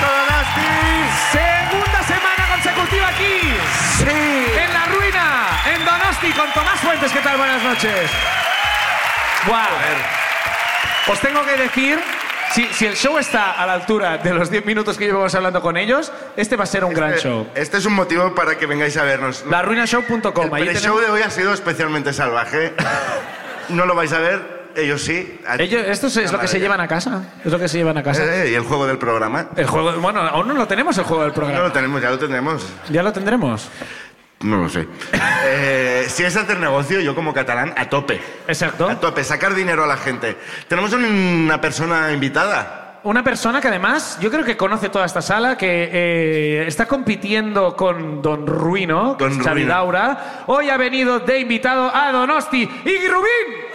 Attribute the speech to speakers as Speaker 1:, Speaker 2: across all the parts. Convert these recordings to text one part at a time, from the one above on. Speaker 1: Donati.
Speaker 2: Segunda semana consecutiva aquí,
Speaker 1: Sí.
Speaker 2: en La Ruina, en Donosti, con Tomás Fuentes. ¿Qué tal? Buenas noches. Guau. Os tengo que decir, si, si el show está a la altura de los 10 minutos que llevamos hablando con ellos, este va a ser un gran show.
Speaker 1: Este es un motivo para que vengáis a vernos.
Speaker 2: LaRuinaShow.com. Ahí
Speaker 1: El
Speaker 2: tenemos-
Speaker 1: show de hoy ha sido especialmente salvaje. no lo vais a ver, ellos sí. A-
Speaker 2: Ellos- esto es, es lo que se llevan a casa. Es lo que se llevan a casa.
Speaker 1: Eh, eh, y el juego del programa.
Speaker 2: El juego, bueno, aún no lo tenemos el juego del
Speaker 1: No
Speaker 2: programa.
Speaker 1: lo tenemos, ya lo tendremos.
Speaker 2: Ya lo tendremos.
Speaker 1: No lo sé. Eh, si es hacer negocio, yo como catalán, a tope.
Speaker 2: Exacto.
Speaker 1: A tope, sacar dinero a la gente. Tenemos una persona invitada.
Speaker 2: Una persona que además yo creo que conoce toda esta sala, que eh, está compitiendo con Don Ruino, que
Speaker 1: Don
Speaker 2: es Xavi
Speaker 1: Ruino.
Speaker 2: Daura. Hoy ha venido de invitado a Donosti, Iggy Rubín.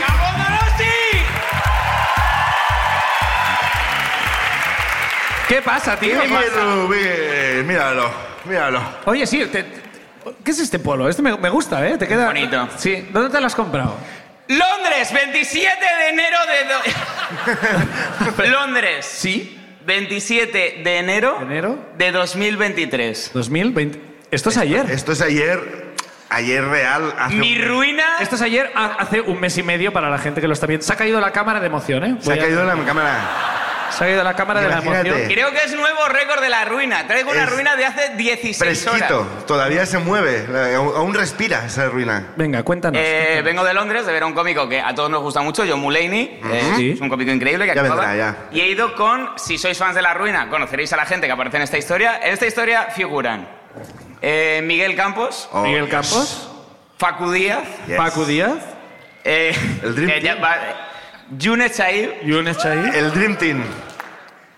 Speaker 2: ¡Gabón Donosti! ¿Qué pasa, tío?
Speaker 1: Iggy Rubín, míralo, míralo.
Speaker 2: Oye, sí, te- te- ¿qué es este polo? Este me, me gusta, ¿eh? Te queda...
Speaker 3: Bonito.
Speaker 2: Sí. ¿Dónde te lo has comprado?
Speaker 3: Londres, 27 de enero de... do- Londres.
Speaker 2: Sí.
Speaker 3: 27 de enero
Speaker 2: ¿Enero?
Speaker 3: de 2023.
Speaker 2: 2020. Esto es ayer.
Speaker 1: Esto es ayer, ayer real. hace
Speaker 3: Mi
Speaker 1: un-
Speaker 3: ruina...
Speaker 2: Esto es ayer, ha- hace un mes y medio para la gente que lo está viendo. Se ha caído la cámara de emoción, ¿eh?
Speaker 1: Se ha
Speaker 2: Voy a-
Speaker 1: caído la cámara.
Speaker 2: se ha caído la cámara de
Speaker 1: Imagínate.
Speaker 2: la emoción.
Speaker 3: Creo que es nuevo récord de la ruina. Traigo una
Speaker 1: Es
Speaker 3: ruina de hace 16
Speaker 1: Fresquito,
Speaker 3: horas.
Speaker 1: todavía se mueve. la- aún- Aún respira esa ruina.
Speaker 2: Venga, cuéntanos.
Speaker 3: Eh, vengo de Londres de ver a un cómico que a todos nos gusta mucho, John Mulaney. eh,
Speaker 2: Sí.
Speaker 3: Es un cómico increíble que
Speaker 1: Ya
Speaker 3: actuaba.
Speaker 1: vendrá,
Speaker 3: Y he ido con, si sois fans de La Ruina, conoceréis a la gente que aparece en esta historia. En esta historia figuran eh, Miguel Campos,
Speaker 1: Oh,
Speaker 2: Miguel
Speaker 1: Dios.
Speaker 2: Campos,
Speaker 3: Facu Díaz,
Speaker 1: Yes.
Speaker 2: Paco Díaz,
Speaker 3: eh,
Speaker 1: El Dream
Speaker 3: que ya
Speaker 1: Team.
Speaker 3: va- June Chaib
Speaker 2: Yunes Chahir.
Speaker 1: El Dream Team.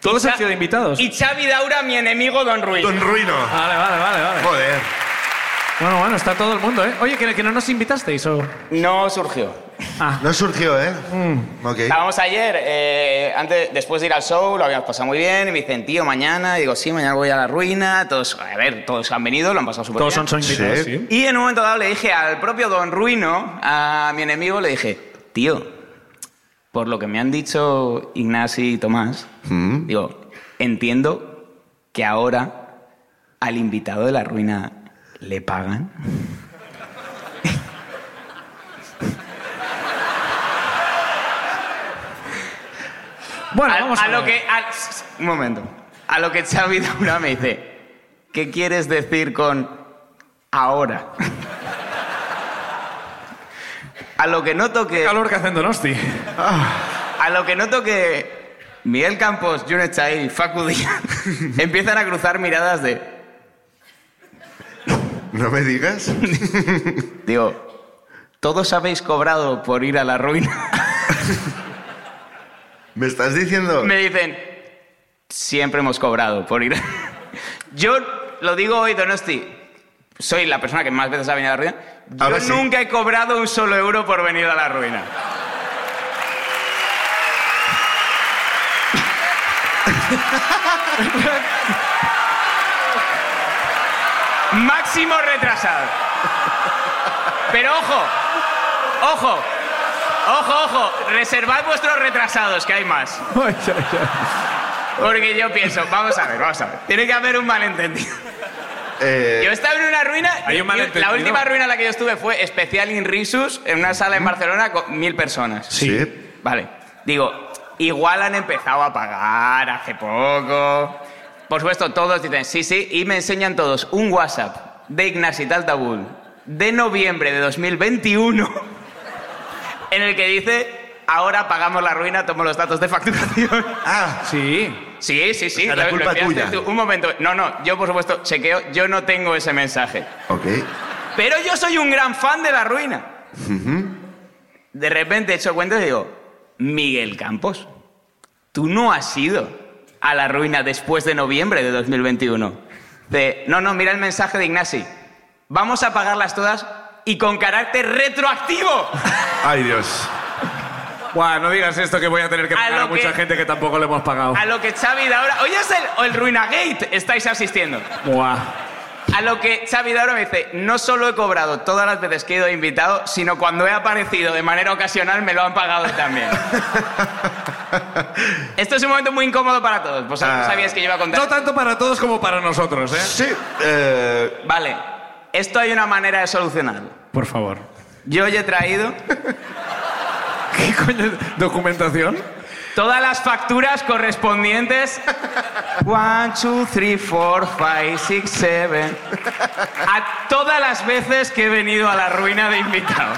Speaker 2: Todos
Speaker 3: Cha-
Speaker 2: han sido invitados.
Speaker 3: y Xavi Daura, mi enemigo Don Ruiz.
Speaker 1: Don Ruino.
Speaker 2: Vale, vale, vale, vale.
Speaker 1: Joder.
Speaker 2: Bueno, bueno, está todo el mundo, ¿eh? Oye, que, que no nos invitasteis o...
Speaker 3: No surgió.
Speaker 1: Eh.
Speaker 2: Ah,
Speaker 1: No surgió, ¿eh? Ok.
Speaker 3: Estábamos ayer, eh, antes, después de ir al show, lo habíamos pasado muy bien, y me dicen, tío, mañana, y digo, sí, mañana voy a la ruina, todos, a ver, todos han venido, lo han pasado súper
Speaker 2: todos
Speaker 3: bien.
Speaker 2: son, son invitados,
Speaker 1: Sí.
Speaker 2: sí.
Speaker 3: Y en un momento dado le dije al propio Don Ruino, a mi enemigo, le dije, tío, por lo que me han dicho Ignacio y Tomás, digo, entiendo que ahora al invitado de la ruina le pagan.
Speaker 2: Bueno,
Speaker 3: Al-
Speaker 2: vamos a,
Speaker 3: a lo
Speaker 2: ver.
Speaker 3: que al- s- un momento. A lo que Xavi Daura me dice, ¿qué quieres decir con ahora? a lo que noto
Speaker 2: Qué
Speaker 3: que
Speaker 2: calor que hace en Donosti.
Speaker 3: a lo que noto que Miguel Campos, Junet Chai, Facu Díaz empiezan a cruzar miradas de
Speaker 1: No me digas.
Speaker 3: digo, todos habéis cobrado por ir a la ruina.
Speaker 1: ¿Me estás diciendo?
Speaker 3: me dicen, siempre hemos cobrado por ir. Yo lo digo hoy, Donosti, soy la persona que más veces ha venido a la ruina. Yo
Speaker 1: Ahora sí.
Speaker 3: nunca he cobrado un solo euro por venir a la ruina. Máximo retrasado. Pero ojo, ojo, ojo, ojo, reservad vuestros retrasados, que hay más.
Speaker 2: Ay, ay, ay.
Speaker 3: Porque yo pienso, vamos a ver, vamos a ver. Tiene que haber un malentendido.
Speaker 1: Eh,
Speaker 3: Yo estaba en una ruina.
Speaker 2: Hay un
Speaker 3: yo-
Speaker 2: malentendido.
Speaker 3: la última ruina en la que yo estuve fue especial in risus en una sala en Barcelona con mil personas.
Speaker 2: Sí.
Speaker 3: Vale. Digo, igual han empezado a pagar hace poco. Por supuesto, todos dicen sí, sí, y me enseñan todos un WhatsApp de Ignasi Taltabul de noviembre de 2021 en el que dice, ahora pagamos la ruina, tomo los datos de facturación.
Speaker 1: Ah,
Speaker 2: Sí.
Speaker 3: Sí, sí, sí.
Speaker 1: sea, la culpa tuya.
Speaker 3: enviaste tú. Un momento. No, no, yo por supuesto chequeo, yo no tengo ese mensaje.
Speaker 1: ok.
Speaker 3: Pero yo soy un gran fan de la ruina. De repente echo cuentas y digo, Miguel Campos, tú no has ido a la ruina después de noviembre de 2021. De, no, no, mira el mensaje de Ignasi. Vamos a pagarlas todas y con carácter retroactivo.
Speaker 1: Ay, Dios.
Speaker 2: Buah, no digas esto que voy a tener que
Speaker 3: A
Speaker 2: pagar a,
Speaker 3: lo que-
Speaker 2: mucha gente que tampoco le hemos pagado.
Speaker 3: A lo que Xavi de ahora... Hoy es el, o el Ruinagate, estáis asistiendo.
Speaker 2: Buah.
Speaker 3: A lo que Xavi de ahora me dice, no solo he cobrado todas las veces que he ido invitado, sino cuando he aparecido de manera ocasional me lo han pagado también. Esto es un momento muy incómodo para todos. Pues
Speaker 1: Ah.
Speaker 3: sabíais que yo iba a contar.
Speaker 2: No tanto para todos como para nosotros, ¿eh?
Speaker 1: Sí, eh,
Speaker 3: Vale, esto hay una manera de solucionarlo.
Speaker 2: Por favor.
Speaker 3: Yo hoy he traído
Speaker 2: ¿Qué coño? es? ¿Documentación?
Speaker 3: todas las facturas correspondientes. One, two, three, four, five, six, seven. A todas las veces que he venido a la ruina de invitado.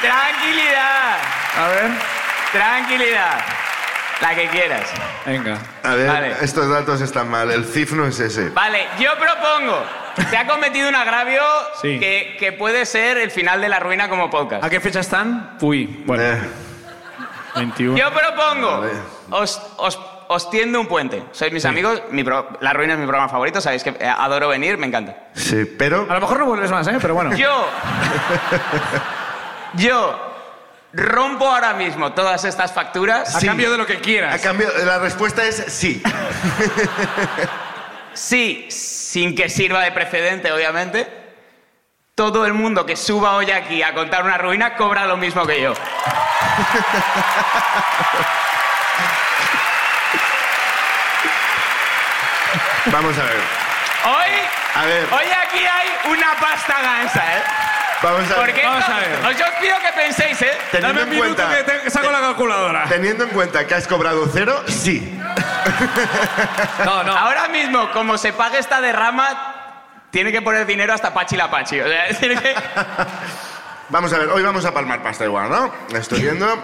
Speaker 3: Tranquilidad,
Speaker 2: A ver.
Speaker 3: tranquilidad. La que quieras.
Speaker 2: Venga.
Speaker 1: a ver,
Speaker 3: Vale.
Speaker 1: estos datos están mal. El CIF no es ese.
Speaker 3: Vale, yo propongo. Se ha cometido un agravio
Speaker 2: Sí.
Speaker 3: que, que puede ser el final de la ruina como podcast.
Speaker 2: ¿A qué fecha están? Uy, bueno,
Speaker 1: Eh,
Speaker 2: 21.
Speaker 3: Yo
Speaker 1: A
Speaker 3: propongo.
Speaker 1: ver.
Speaker 3: Os, os- os tiendo un puente. Sois mis amigos. mi pro- la ruina es mi programa favorito. Sabéis que eh, adoro venir. Me encanta.
Speaker 1: sí, pero...
Speaker 2: A lo mejor no vuelves más, ¿eh? Pero bueno.
Speaker 3: Yo. yo rompo ahora mismo todas estas facturas.
Speaker 2: A cambio de lo que
Speaker 1: A
Speaker 2: quieras.
Speaker 1: cambio, la respuesta es sí.
Speaker 3: Sí, sin que sirva de precedente, obviamente. Todo el mundo que suba hoy aquí a contar una ruina cobra lo mismo que yo.
Speaker 1: Vamos a ver.
Speaker 3: Hoy
Speaker 1: A ver,
Speaker 3: Hoy aquí hay una pasta gansa, ¿eh?
Speaker 1: vamos a ver.
Speaker 3: Porque
Speaker 2: Vamos
Speaker 3: esto-
Speaker 2: a ver.
Speaker 3: os- yo os pido que penséis, ¿eh?
Speaker 1: Teniendo
Speaker 2: Dame
Speaker 1: en
Speaker 2: un minuto
Speaker 1: cuenta...
Speaker 2: que te- saco la calculadora.
Speaker 1: Teniendo en cuenta que has cobrado cero, sí.
Speaker 2: No, no.
Speaker 3: Ahora mismo, como se pague esta derrama, tiene que poner dinero hasta Pachi la Pachi. O sea, tiene que...
Speaker 1: Vamos a ver, hoy vamos a palmar pasta igual, ¿no? Estoy viendo.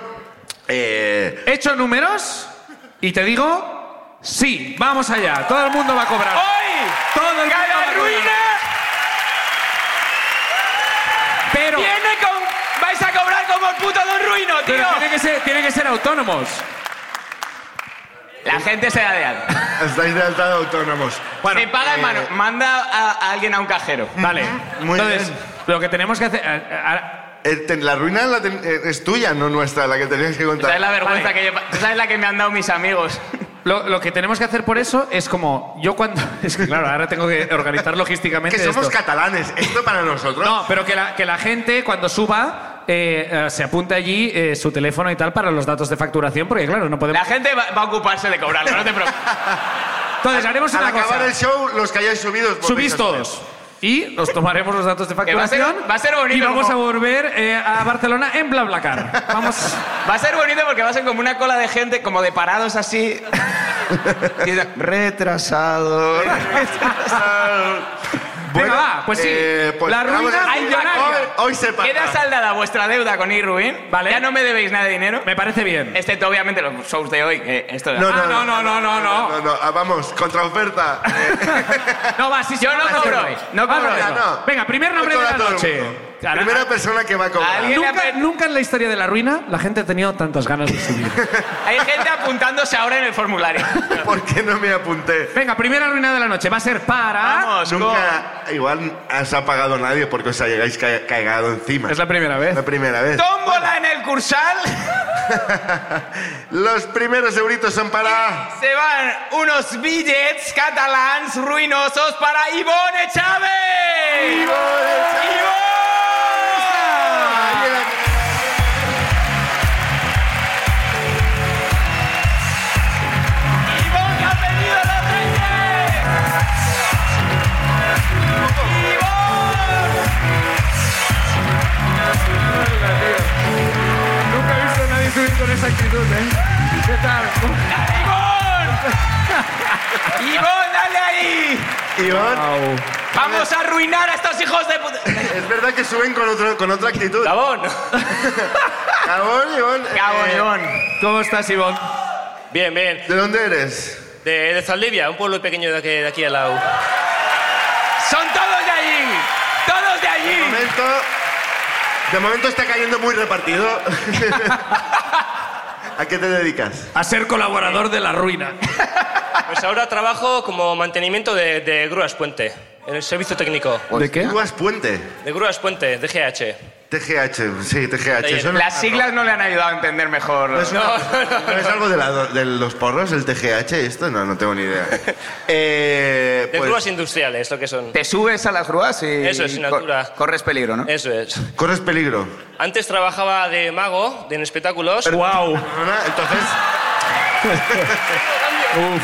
Speaker 1: Eh,
Speaker 2: He hecho números y te digo, sí, vamos allá. Todo el mundo va a cobrar.
Speaker 3: ¡Hoy!
Speaker 2: Todo el mundo va
Speaker 3: ¡Cada
Speaker 2: a
Speaker 3: ruina
Speaker 2: cobrar. Pero,
Speaker 3: viene con... ¡Vais a cobrar como el puto Don Ruino,
Speaker 2: pero
Speaker 3: tío!
Speaker 2: tiene, que ser, tiene que ser autónomos.
Speaker 3: La gente se da de alta.
Speaker 1: estáis de alta de autónomos. eh,
Speaker 3: se paga en mano. Manda a, a alguien a un cajero.
Speaker 2: eh, Vale.
Speaker 1: Muy
Speaker 2: Entonces,
Speaker 1: bien.
Speaker 2: lo que tenemos que hacer... a- a-
Speaker 1: Eh, ten- la ruina la ten- eh, es tuya, no nuestra, la que tenías que
Speaker 3: ¿Sabes
Speaker 1: contar.
Speaker 3: la vergüenza
Speaker 2: Vale.
Speaker 3: que yo... pa- ¿Sabes la que me han dado mis amigos?
Speaker 2: lo, lo que tenemos que hacer por eso es como... Yo cuando... Es que claro, ahora tengo que organizar logísticamente
Speaker 1: Que somos
Speaker 2: esto.
Speaker 1: catalanes, esto para nosotros.
Speaker 2: No, pero que la, que la gente cuando suba eh, eh, se apunte allí eh, su teléfono y tal para los datos de facturación, porque claro, no podemos...
Speaker 3: La gente va, va a ocuparse de cobrarlo, no te preocupes.
Speaker 2: Entonces, haremos
Speaker 1: Al
Speaker 2: una
Speaker 1: acabar
Speaker 2: cosa.
Speaker 1: el show, los que hayáis subido... os
Speaker 2: Subís
Speaker 1: volvéis a-
Speaker 2: todos. Y os tomaremos los datos de
Speaker 3: Que va a ser-
Speaker 2: facturación.
Speaker 3: va a ser bonito
Speaker 2: Y vamos
Speaker 3: como-
Speaker 2: a volver eh, a Barcelona en BlaBlaCar. Vamos.
Speaker 3: Va a ser bonito porque va a ser como una cola de gente, como de parados así. Y de- retrasado.
Speaker 2: Venga, va, pues sí. La
Speaker 1: eh, vamos
Speaker 2: ruina
Speaker 1: a decir,
Speaker 2: millonaria.
Speaker 1: Hoy, hoy se paga.
Speaker 3: Queda saldada vuestra deuda con Irwin.
Speaker 2: Ah. Vale.
Speaker 3: Ya no me debéis nada de dinero.
Speaker 2: Me parece bien.
Speaker 3: Excepto, obviamente, los shows de hoy. que esto
Speaker 1: No,
Speaker 2: Ah, no, no, no, no, no.
Speaker 1: No, no, ah, vamos, contraoferta. Eh,
Speaker 2: No va, sí, sí,
Speaker 3: Yo no
Speaker 2: vamos a
Speaker 3: cobro,
Speaker 2: hacerlo.
Speaker 3: no
Speaker 2: Vamos a
Speaker 3: cobro.
Speaker 2: hacerlo.
Speaker 1: No, no.
Speaker 2: Venga, primer
Speaker 1: hoy
Speaker 2: nombre de
Speaker 1: cobra
Speaker 2: la
Speaker 1: todo el
Speaker 2: noche.
Speaker 1: mundo.
Speaker 2: Ahora-
Speaker 1: Primera persona que va a cobrar.
Speaker 3: Alguien-
Speaker 2: Nunca, nunca en la historia de la ruina la gente ha tenido tantas ganas de subir.
Speaker 3: Hay gente apuntándose ahora en el formulario.
Speaker 1: ¿Por qué no me apunté?
Speaker 2: Venga, primera ruina de la noche va a ser para.
Speaker 3: Vamos, con-
Speaker 1: Nunca, igual, has apagado a nadie porque os hayáis ca- cagado encima.
Speaker 2: Es la primera vez.
Speaker 1: La primera vez.
Speaker 3: Tómbola en el cursal.
Speaker 1: Los primeros euritos son para...
Speaker 3: Se van unos billets catalans ruinosos para Ivone Chávez. ¡Ivone! Ivonne que ha pedido los reyes. Ivonne.
Speaker 2: Nunca he visto a nadie subir con esa actitud, ¿eh? ¿Qué tal?
Speaker 3: Ivonne. Ivonne, dale ahí.
Speaker 1: Iván,
Speaker 3: Vamos a arruinar a estos hijos de puta.
Speaker 1: es verdad que suben con, otro, con otra actitud.
Speaker 3: Gabón.
Speaker 1: Cabón, Iván. eh,
Speaker 3: Gabón, Ivonne.
Speaker 2: ¿Cómo estás, Ivonne?
Speaker 4: Bien, bien.
Speaker 1: ¿De dónde eres?
Speaker 4: De, de Zaldivia, un pueblo pequeño de aquí, de aquí al lado.
Speaker 3: Son todos de allí. Todos de
Speaker 1: De
Speaker 3: allí.
Speaker 1: momento... De momento está cayendo muy repartido. ¿A qué te dedicas?
Speaker 2: A ser colaborador de la ruina.
Speaker 4: Pues ahora trabajo como mantenimiento de, de grúas puente, en el servicio técnico.
Speaker 2: ¿De qué?
Speaker 1: Grúas Puente.
Speaker 4: De grúas puente, de GH.
Speaker 1: TGH, sí, TGH.
Speaker 4: bien.
Speaker 1: Eso no-
Speaker 3: Las siglas no le han ayudado a entender mejor.
Speaker 1: no es, una- ¿no es algo de, la- de los porros, el TGH, esto? No, no tengo ni idea. Eh,
Speaker 4: De
Speaker 1: pues,
Speaker 4: grúas industriales, lo que son.
Speaker 3: Te subes a las grúas y
Speaker 4: Eso es, sin
Speaker 3: cor-
Speaker 4: altura.
Speaker 3: corres peligro, ¿no?
Speaker 4: Eso es.
Speaker 1: corres peligro.
Speaker 4: Antes trabajaba de mago, de en espectáculos.
Speaker 2: ¡Wow!
Speaker 1: Perdona, Entonces,
Speaker 2: Uf.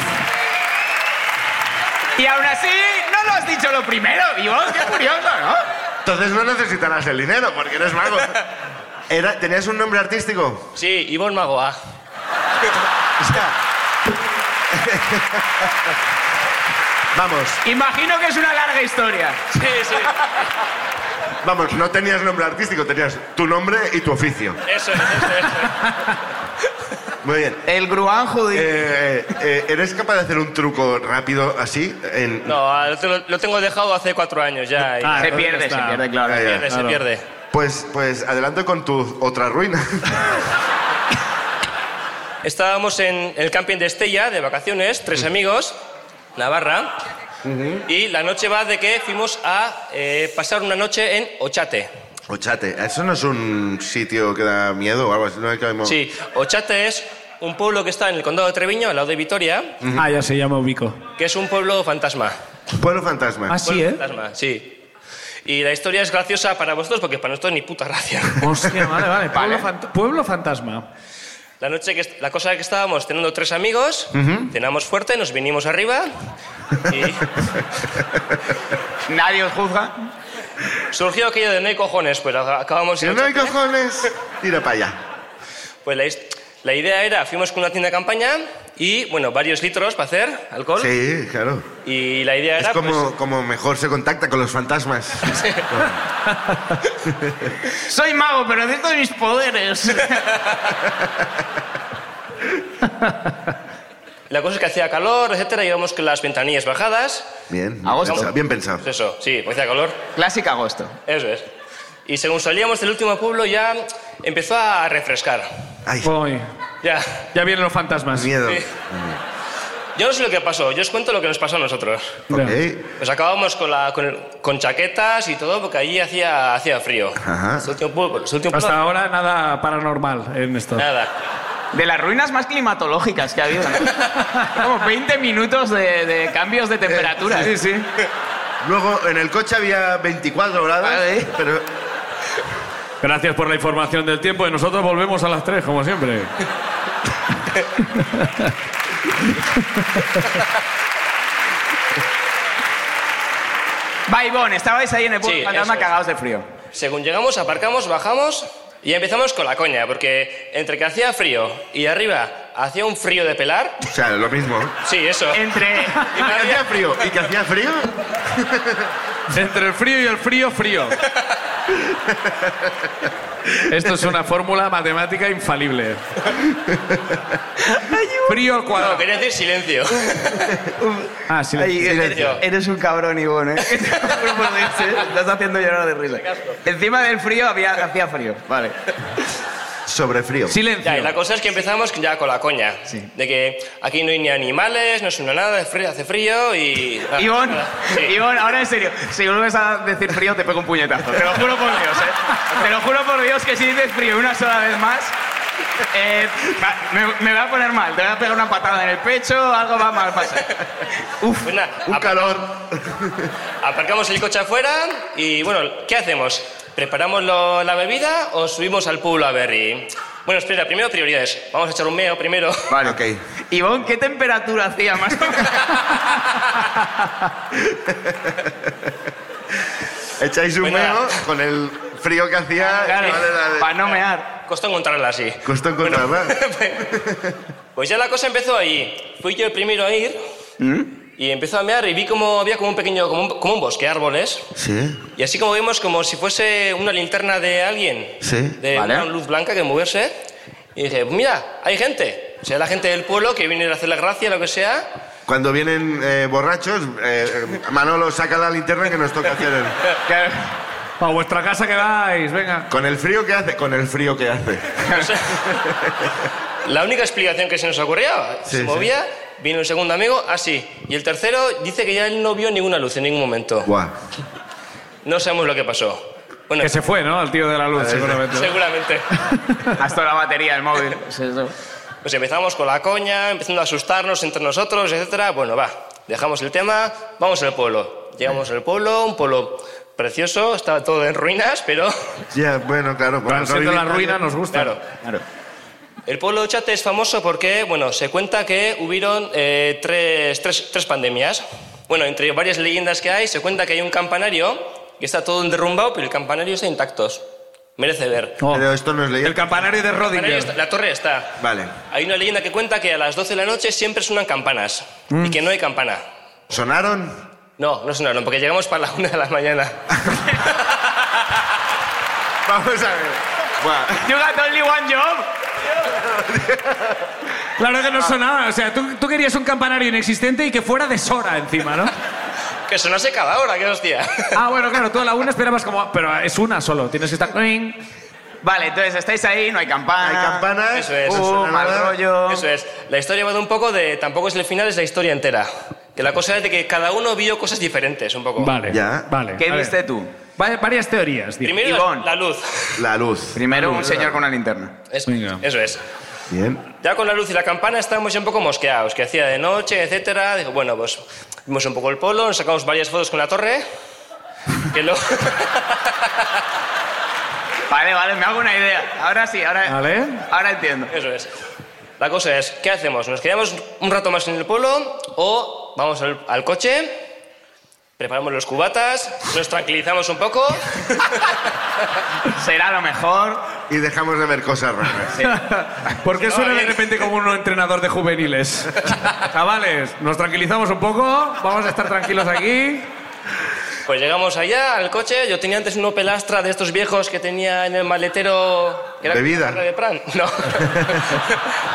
Speaker 3: Y aún así, no lo has dicho lo primero, Dios, qué curioso, ¿no?
Speaker 1: entonces no necesitarás el dinero porque eres mago. Era- ¿Tenías un nombre artístico?
Speaker 4: Sí, Ivonne ah. Magoa.
Speaker 1: O sea... Vamos,
Speaker 3: Imagino que es una larga historia.
Speaker 4: Sí, sí.
Speaker 1: vamos, no tenías nombre artístico, tenías tu nombre y tu oficio.
Speaker 4: Eso es, eso es.
Speaker 1: Muy bien.
Speaker 3: El gruán judío.
Speaker 1: Eh, eh, ¿Eres capaz de hacer un truco rápido así? En...
Speaker 4: No, lo tengo, lo tengo dejado hace cuatro años ya. y
Speaker 2: Ah,
Speaker 3: se
Speaker 2: entonces
Speaker 3: pierde,
Speaker 2: ya está.
Speaker 3: se pierde, claro.
Speaker 1: Ya, ya.
Speaker 4: se pierde,
Speaker 2: claro.
Speaker 4: se pierde.
Speaker 1: Pues, pues adelante con tu otra ruina.
Speaker 4: Estábamos en el camping de Estella de vacaciones, tres amigos, Navarra. Y la noche va de que fuimos a eh, pasar una noche en Ochate.
Speaker 1: Ochate, ¿eso no es un sitio que da miedo o algo así? No hay que...
Speaker 4: Sí, Ochate es un pueblo que está en el condado de Treviño, al lado de Vitoria,
Speaker 2: Ah, ya se llama Ubico.
Speaker 4: que es un pueblo fantasma.
Speaker 1: Pueblo fantasma.
Speaker 2: Ah, sí,
Speaker 4: Pueblo
Speaker 2: ¿eh?
Speaker 4: Fantasma, sí. Y la historia es graciosa para vosotros porque para nosotros ni puta gracia.
Speaker 2: Hostia, vale, vale. Pueblo,
Speaker 3: Vale.
Speaker 2: fant- pueblo fantasma.
Speaker 4: La noche que est- la cosa que estábamos teniendo tres amigos, cenamos fuerte, nos vinimos arriba y
Speaker 3: Nadie os juzga.
Speaker 4: surgió aquello de no hay cojones, pues a- acabamos
Speaker 1: Si
Speaker 4: en
Speaker 1: no hay
Speaker 4: Ochate.
Speaker 1: cojones, tira para allá.
Speaker 4: Pues la, is- la idea era, fuimos con una tienda de campaña y, bueno, varios litros para hacer alcohol.
Speaker 1: Sí, claro.
Speaker 4: Y la idea
Speaker 1: Es
Speaker 4: era, pues,
Speaker 1: como, como mejor se contacta con los fantasmas.
Speaker 3: Soy mago, pero necesito mis poderes.
Speaker 4: pues, la cosa es que hacía calor, etcétera, íbamos con las ventanillas bajadas.
Speaker 1: Bien, bien
Speaker 3: Agosto.
Speaker 1: pensado. Bien pensado.
Speaker 4: Pues eso, sí, pues hacía calor,
Speaker 3: Clásica agosto.
Speaker 4: eso es. Y según salíamos del último pueblo ya empezó a refrescar.
Speaker 1: Ay,
Speaker 2: Uy,
Speaker 4: Ya.
Speaker 2: ya vienen los fantasmas.
Speaker 1: miedo.
Speaker 4: Sí. Yo no sé lo que pasó, yo os cuento lo que nos pasó a nosotros.
Speaker 2: Ya.
Speaker 1: Ok.
Speaker 4: Pues acabamos con, la, con, el- con chaquetas y todo porque allí hacía, hacía frío.
Speaker 1: Ajá.
Speaker 4: Su último pueblo, su último
Speaker 2: Hasta
Speaker 4: pueblo-
Speaker 2: ahora nada paranormal en esto.
Speaker 4: Nada.
Speaker 3: De las ruinas más climatológicas que ha habido. ¿no? Como 20 minutos de, de cambios de temperatura.
Speaker 2: Sí, sí.
Speaker 1: Luego, en el coche había 24 grados,
Speaker 3: Vale.
Speaker 1: pero
Speaker 2: Gracias por la información del tiempo y nosotros volvemos a las 3, como siempre.
Speaker 3: Baibón, estabais ahí en el pueblo
Speaker 4: Sí,
Speaker 3: fantasma
Speaker 4: eso es.
Speaker 3: cagados de frío.
Speaker 4: Según llegamos, aparcamos, bajamos y empezamos con la coña porque entre que hacía frío y arriba hacía un frío de pelar.
Speaker 1: O sea, lo mismo.
Speaker 4: Sí, eso.
Speaker 3: Entre.
Speaker 1: Y
Speaker 4: Ah,
Speaker 1: que hacía frío. Y que hacía frío.
Speaker 2: Entre el frío y el frío, frío. Esto es una fórmula matemática infalible. Frío al
Speaker 4: No,
Speaker 2: cuadrado.
Speaker 4: quería decir silencio.
Speaker 2: Ah, sí.
Speaker 4: Silencio.
Speaker 3: Eres un cabrón, Ivonne, ¿eh? Estás haciendo llorar de risa. Encima del frío había, hacía frío. Vale.
Speaker 1: Sobre frío.
Speaker 4: Ya, y la
Speaker 2: Silencio.
Speaker 4: cosa es que empezamos ya con la coña.
Speaker 3: Sí.
Speaker 4: De que aquí no hay ni animales, no suena nada, es frío- hace frío y...
Speaker 3: Ivonne,
Speaker 4: Sí.
Speaker 3: Ivonne, ahora en serio, si vuelves a decir frío, te pego un puñetazo. Te lo juro por Dios, ¿eh? Te lo juro por Dios que si dices frío una sola vez más, eh, va- me, me va a poner mal. Te voy a pegar una patada en el pecho, algo va mal a pasar. Uf.
Speaker 4: Pues nada,
Speaker 1: Un calor.
Speaker 4: Aparcamos el coche afuera y bueno, ¿qué hacemos? ¿Preparamos lo- la bebida o subimos al pueblo a Berry? Bueno, espera, primero prioridades. Vamos a echar un meo primero.
Speaker 1: Vale, ok.
Speaker 3: Ivonne, ¿qué temperatura hacía más o menos?
Speaker 1: Echáis un
Speaker 4: Bueno,
Speaker 1: meo con el frío que hacía.
Speaker 3: Claro,
Speaker 1: Vale, vale.
Speaker 3: para no mear.
Speaker 4: Costó encontrarla así.
Speaker 1: Costó encontrarla.
Speaker 4: Pues ya la cosa empezó ahí. Fui yo el primero a ir
Speaker 3: ¿Mm?
Speaker 4: y empezó a mear y vi como había como un pequeño, como un, como un bosque, árboles.
Speaker 1: Sí,
Speaker 4: Y así como vimos como si fuese una linterna de alguien,
Speaker 1: sí.
Speaker 4: de
Speaker 3: Vale.
Speaker 4: una luz blanca que moverse. Y dije, mira, hay gente. O sea, la gente del pueblo que viene a hacer la gracia, lo que sea.
Speaker 1: Cuando vienen eh, borrachos, eh, Manolo saca la linterna que nos toca hacer. el-
Speaker 3: Claro.
Speaker 2: A vuestra casa quedáis, venga.
Speaker 1: Con el frío que hace, con el frío que hace.
Speaker 4: O sea, la única explicación que se nos ocurría,
Speaker 1: Sí,
Speaker 4: se
Speaker 1: sí.
Speaker 4: movía Vino el segundo amigo, así. Y el tercero dice que ya él no vio ninguna luz en ningún momento.
Speaker 1: Guau.
Speaker 4: No sabemos lo que pasó. Bueno,
Speaker 2: Que se fue, ¿no? Al tío de la luz, seguramente. ¿no?
Speaker 4: seguramente.
Speaker 3: Hasta la batería del móvil. Es eso.
Speaker 4: Pues empezamos con la coña, empezando a asustarnos entre nosotros, etcétera. Bueno, va, dejamos el tema, vamos al pueblo. Llegamos al pueblo, un pueblo precioso, estaba todo en ruinas, pero
Speaker 1: Ya, bueno, claro. por
Speaker 2: Claro, siendo la
Speaker 1: rehabilitar-
Speaker 2: ruina nos gusta.
Speaker 4: claro. El pueblo de Ochate es famoso porque, bueno, se cuenta que hubieron eh, tres, tres- tres pandemias. Bueno, entre varias leyendas que hay, se cuenta que hay un campanario que está todo derrumbado, pero el campanario está intacto. Merece ver.
Speaker 2: Oh.
Speaker 1: Pero esto no es ley.
Speaker 2: El campanario de
Speaker 4: El campanario está-
Speaker 2: Rodinger.
Speaker 4: la torre está.
Speaker 1: Vale.
Speaker 4: Hay una leyenda que cuenta que a las 12 de la noche siempre suenan campanas y que no hay campana.
Speaker 1: ¿Sonaron?
Speaker 4: No, no sonaron, porque llegamos para la una de la mañana.
Speaker 1: Vamos a ver. Buah.
Speaker 3: You got only one job.
Speaker 2: Claro que no sonaba. O sea, tú, tú querías un campanario inexistente y que fuera de Sora encima, ¿no?
Speaker 4: Que sonase cada hora, qué hostia.
Speaker 2: Ah, bueno, claro, tú a la una esperabas como. Pero es una solo, tienes que estar. Cling.
Speaker 3: Vale, entonces estáis ahí, no hay campana.
Speaker 1: Hay campanas.
Speaker 4: Eso es.
Speaker 1: no
Speaker 3: Uh,
Speaker 1: suena
Speaker 3: mal
Speaker 1: nada.
Speaker 3: rollo.
Speaker 4: Eso es. La historia va de un poco de. Tampoco es el final, es la historia entera. Que la cosa es de que cada uno vio cosas diferentes, un poco.
Speaker 2: Vale.
Speaker 1: Ya.
Speaker 2: Vale.
Speaker 3: ¿Qué
Speaker 2: a ver.
Speaker 3: viste tú?
Speaker 2: Va- varias teorías. tío.
Speaker 4: Primero la,
Speaker 3: Ivón.
Speaker 4: la luz.
Speaker 1: La luz.
Speaker 3: Primero un señor con una linterna.
Speaker 4: Eso,
Speaker 2: Venga.
Speaker 4: eso es.
Speaker 1: Bien.
Speaker 4: Ya con la luz y la campana estábamos ya un poco mosqueados, que hacía de noche, etcétera. Digo, bueno, pues vimos un poco el polo, nos sacamos varias fotos con la torre. Que luego.
Speaker 3: Vale, vale, me hago una idea. Ahora sí, ahora,
Speaker 2: Vale.
Speaker 3: ahora entiendo.
Speaker 4: Eso es. La cosa es, ¿qué hacemos? ¿Nos quedamos un rato más en el pueblo o vamos al, al coche, preparamos los cubatas, nos tranquilizamos un poco?
Speaker 3: Será lo mejor.
Speaker 1: Y dejamos de ver cosas raras.
Speaker 2: ¿Por qué
Speaker 4: No,
Speaker 2: suena de
Speaker 4: bien.
Speaker 2: repente como un entrenador de juveniles? Chavales, nos tranquilizamos un poco, vamos a estar tranquilos aquí.
Speaker 4: Pues llegamos allá al coche. Yo tenía antes un Opel Astra de estos viejos que tenía en el maletero. que como
Speaker 1: ¿Bebida?
Speaker 4: una barra de pran. No.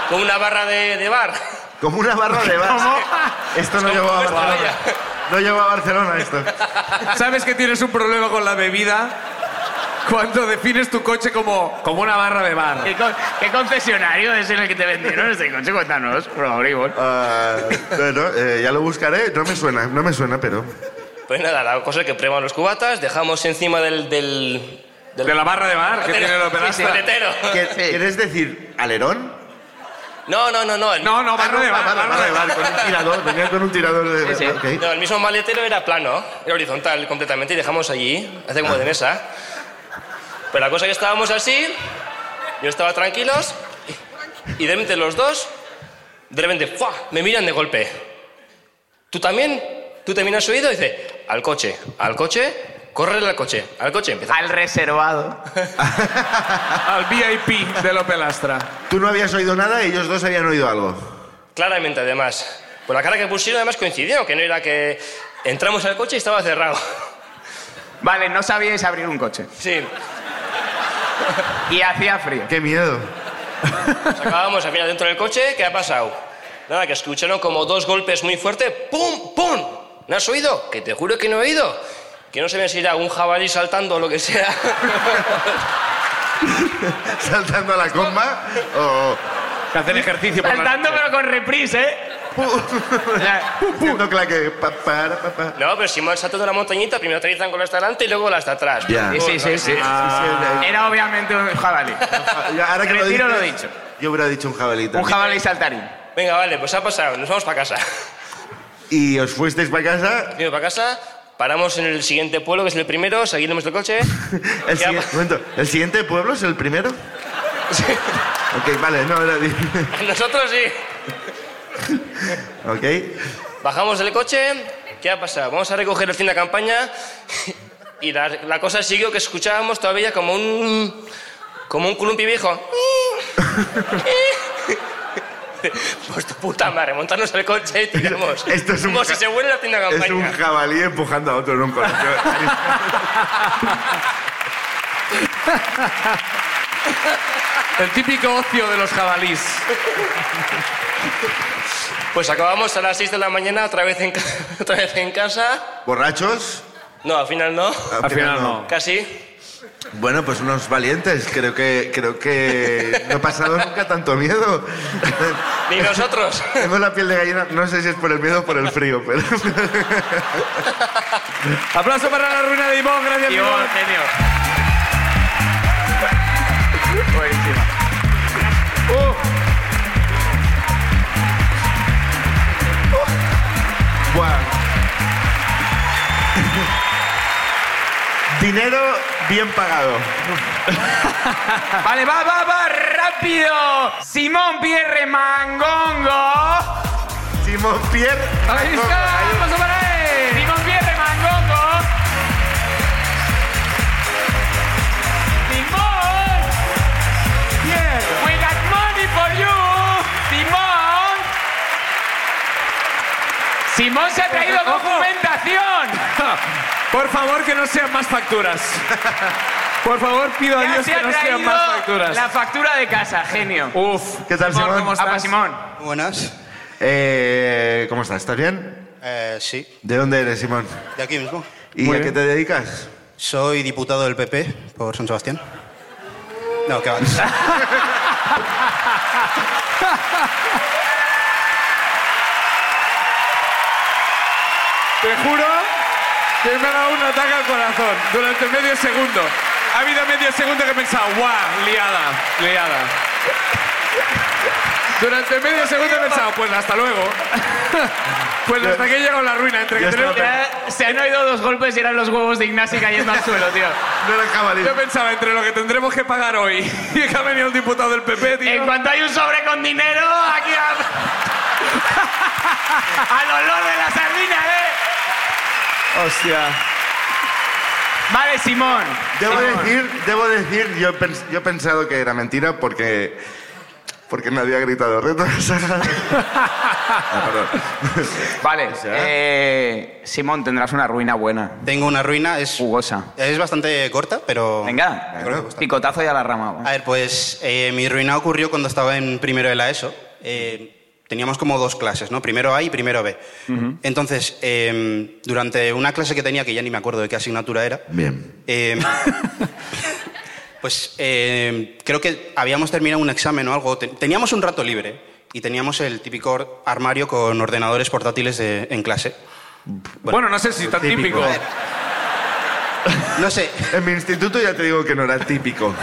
Speaker 4: como una barra de, de bar.
Speaker 1: Como una barra de bar. Esto no
Speaker 4: Es como
Speaker 1: llegó a
Speaker 4: esta
Speaker 1: Barcelona. No llegó a Barcelona esto.
Speaker 2: ¿Sabes que tienes un problema con la bebida? Cuando defines tu coche como, como una barra de bar.
Speaker 3: ¿Qué, con- qué concesionario es en el que te vendieron este coche? Cuéntanos, por favor, Ivonne.
Speaker 1: Ah, bueno, eh, ya lo buscaré. No me suena, no me suena, pero.
Speaker 4: Pues nada, la cosa es que probamos los cubatas, dejamos encima del. del, del
Speaker 2: De la barra de bar que tiene el Opel
Speaker 4: Sí, sí,
Speaker 2: Astra.
Speaker 4: maletero.
Speaker 1: ¿Qué- ¿Quieres decir alerón?
Speaker 4: No, no, no, no. El,
Speaker 2: No, no, barra de bar.
Speaker 1: Ah,
Speaker 2: barra de bar.
Speaker 1: con un tirador. Venía con un tirador de.
Speaker 3: Sí, sí.
Speaker 1: ok.
Speaker 4: no, el mismo maletero era plano, era horizontal completamente y dejamos allí, hace como de mesa. Pero la cosa es que estábamos así, yo estaba tranquilos y de repente los dos, de repente, ¡fua! me miran de golpe. ¿Tú también? ¿Tú también has oído? dice, al coche, al coche, correr al coche, al coche. Empieza.
Speaker 3: Al reservado.
Speaker 2: Al VIP del Opel Astra.
Speaker 1: Tú no habías oído nada, ellos dos habían oído algo.
Speaker 4: Claramente, además. Por la cara que pusieron, además coincidió, que no era que entramos al coche y estaba cerrado.
Speaker 3: Vale, no sabíais abrir un coche.
Speaker 4: Sí,
Speaker 3: Y hacía frío.
Speaker 1: Qué miedo.
Speaker 4: Nos acabamos al final dentro del coche, ¿qué ha pasado? Nada, que escucharon como dos golpes muy fuertes, ¡pum, pum! ¿No has oído? Que te juro que no he oído. Que no se ve si era un jabalí saltando o lo que sea.
Speaker 1: Saltando a la comba. O
Speaker 2: Que hacen ejercicio por la
Speaker 3: Saltando,
Speaker 2: noche.
Speaker 3: pero con reprise, ¿eh? O sea,
Speaker 1: haciendo claque. pa, para, pa, pa.
Speaker 4: No, pero si me han saltado de una montañita, primero aterrizan con la hasta adelante y luego la hasta atrás.
Speaker 1: Ya.
Speaker 3: sí, sí, sí, sí.
Speaker 1: Ah,
Speaker 3: Era obviamente un jabalí.
Speaker 1: Ya, ahora que lo
Speaker 3: Retiro lo
Speaker 1: dices,
Speaker 3: dicho.
Speaker 1: Yo hubiera dicho un jabalí
Speaker 3: Un
Speaker 1: también.
Speaker 3: jabalí saltarín.
Speaker 4: Venga, vale, pues ha pasado, nos vamos para casa.
Speaker 1: Y os fuisteis para casa.
Speaker 4: Vamos para casa, paramos en el siguiente pueblo, que es el primero, seguimos el coche.
Speaker 1: El,
Speaker 4: Ya.
Speaker 1: siguiente, momento, ¿el siguiente pueblo es el primero? Ok, vale, no, era.
Speaker 4: Nosotros sí.
Speaker 1: ok.
Speaker 4: Bajamos del coche, ¿qué ha pasado? Vamos a recoger el fin de campaña y la, la cosa siguió que escuchábamos todavía como un como un columpio viejo. Pues tu puta madre, montarnos el coche y tiramos.
Speaker 1: Esto es un
Speaker 4: Como
Speaker 1: ca-
Speaker 4: si se huele la tienda de
Speaker 1: Es un
Speaker 4: campaña.
Speaker 1: jabalí empujando a otro en un colegio.
Speaker 2: El típico ocio de los jabalís.
Speaker 4: Pues acabamos a las 6 de la mañana otra vez en, ca- otra vez en casa.
Speaker 1: ¿Borrachos?
Speaker 4: No, al final no.
Speaker 1: Al
Speaker 2: Al final no.
Speaker 4: Casi.
Speaker 1: Bueno, pues unos valientes. Creo que, creo que no he pasado nunca tanto miedo.
Speaker 4: Ni nosotros.
Speaker 1: Tengo la piel de gallina, no sé si es por el miedo o por el frío, pero...
Speaker 2: Aplauso para la ruina de Ivonne, gracias
Speaker 3: Tío,
Speaker 2: Ivonne.
Speaker 3: genio. Buenísima.
Speaker 1: Buah. Dinero bien pagado.
Speaker 3: Vale, va, va, va, rápido. Simón Pierre Mangongo.
Speaker 1: Simón Pierre.
Speaker 2: Ahí está, aplauso para él.
Speaker 3: Simón Pierre Mangongo. Simón.
Speaker 2: Bien.
Speaker 3: We got money for you, Simón. Simón se ha traído
Speaker 2: Ojo.
Speaker 3: documentación.
Speaker 2: Por favor, que no sean más facturas. Por favor, pido a
Speaker 3: Ya
Speaker 2: Dios
Speaker 3: se ha
Speaker 2: que no sean más
Speaker 3: traído
Speaker 2: facturas.
Speaker 3: la factura de casa, genio.
Speaker 2: Uf.
Speaker 1: ¿Qué tal,
Speaker 2: Simón,
Speaker 1: Simón?
Speaker 2: ¿cómo
Speaker 3: Apa,
Speaker 2: estás?
Speaker 3: Simón.
Speaker 5: Muy Buenas.
Speaker 1: Eh, ¿Cómo estás? ¿Estás bien?
Speaker 5: Eh, sí,
Speaker 1: ¿De dónde eres, Simón?
Speaker 5: de aquí mismo.
Speaker 1: ¿Y
Speaker 2: Muy
Speaker 1: a qué
Speaker 2: bien.
Speaker 1: te dedicas?
Speaker 5: Soy diputado del PP por San Sebastián. No, que va.
Speaker 2: Te juro que me ha dado un ataque al corazón durante medio segundo. Ha habido medio segundo que he pensado, guau, liada, liada. Durante medio segundo he pensado, pues hasta luego. pues hasta aquí he llegado a la ruina, entre que
Speaker 1: Ya está.
Speaker 2: tenemos...
Speaker 3: Ya Se han oído dos golpes y eran los huevos de Ignasi cayendo al suelo, tío.
Speaker 1: No era jabalí.
Speaker 2: Yo pensaba, entre lo que tendremos que pagar hoy y que ha venido el diputado del PP, tío...
Speaker 3: En cuanto hay un sobre con dinero, aquí a... Al olor de la sardina, ¿eh?
Speaker 1: Hostia.
Speaker 3: Vale, Simón.
Speaker 1: Debo
Speaker 3: Simón.
Speaker 1: decir, debo decir, yo, he pens- yo he pensado que era mentira porque... Porque nadie ha gritado reto. Ah, perdón.
Speaker 3: Vale,
Speaker 1: sea.
Speaker 3: eh, Simón, tendrás una ruina buena,
Speaker 5: Tengo una ruina, es,
Speaker 3: jugosa.
Speaker 5: es bastante corta, pero...
Speaker 3: Venga, picotazo y a la rama. va.
Speaker 5: A ver, pues eh, mi ruina ocurrió cuando estaba en primero de la ESO. Eh, teníamos como dos clases, ¿no? Primero A y primero B. Entonces, eh, durante una clase que tenía, que ya ni me acuerdo de qué asignatura era,
Speaker 1: Bien.
Speaker 5: eh, pues eh, creo que habíamos terminado un examen o algo. Te- Teníamos un rato libre y teníamos el típico or- armario con ordenadores portátiles de- en clase.
Speaker 2: Bueno, no sé si tan típico.
Speaker 1: típico.
Speaker 5: No sé.
Speaker 1: En mi instituto ya te digo que no era típico.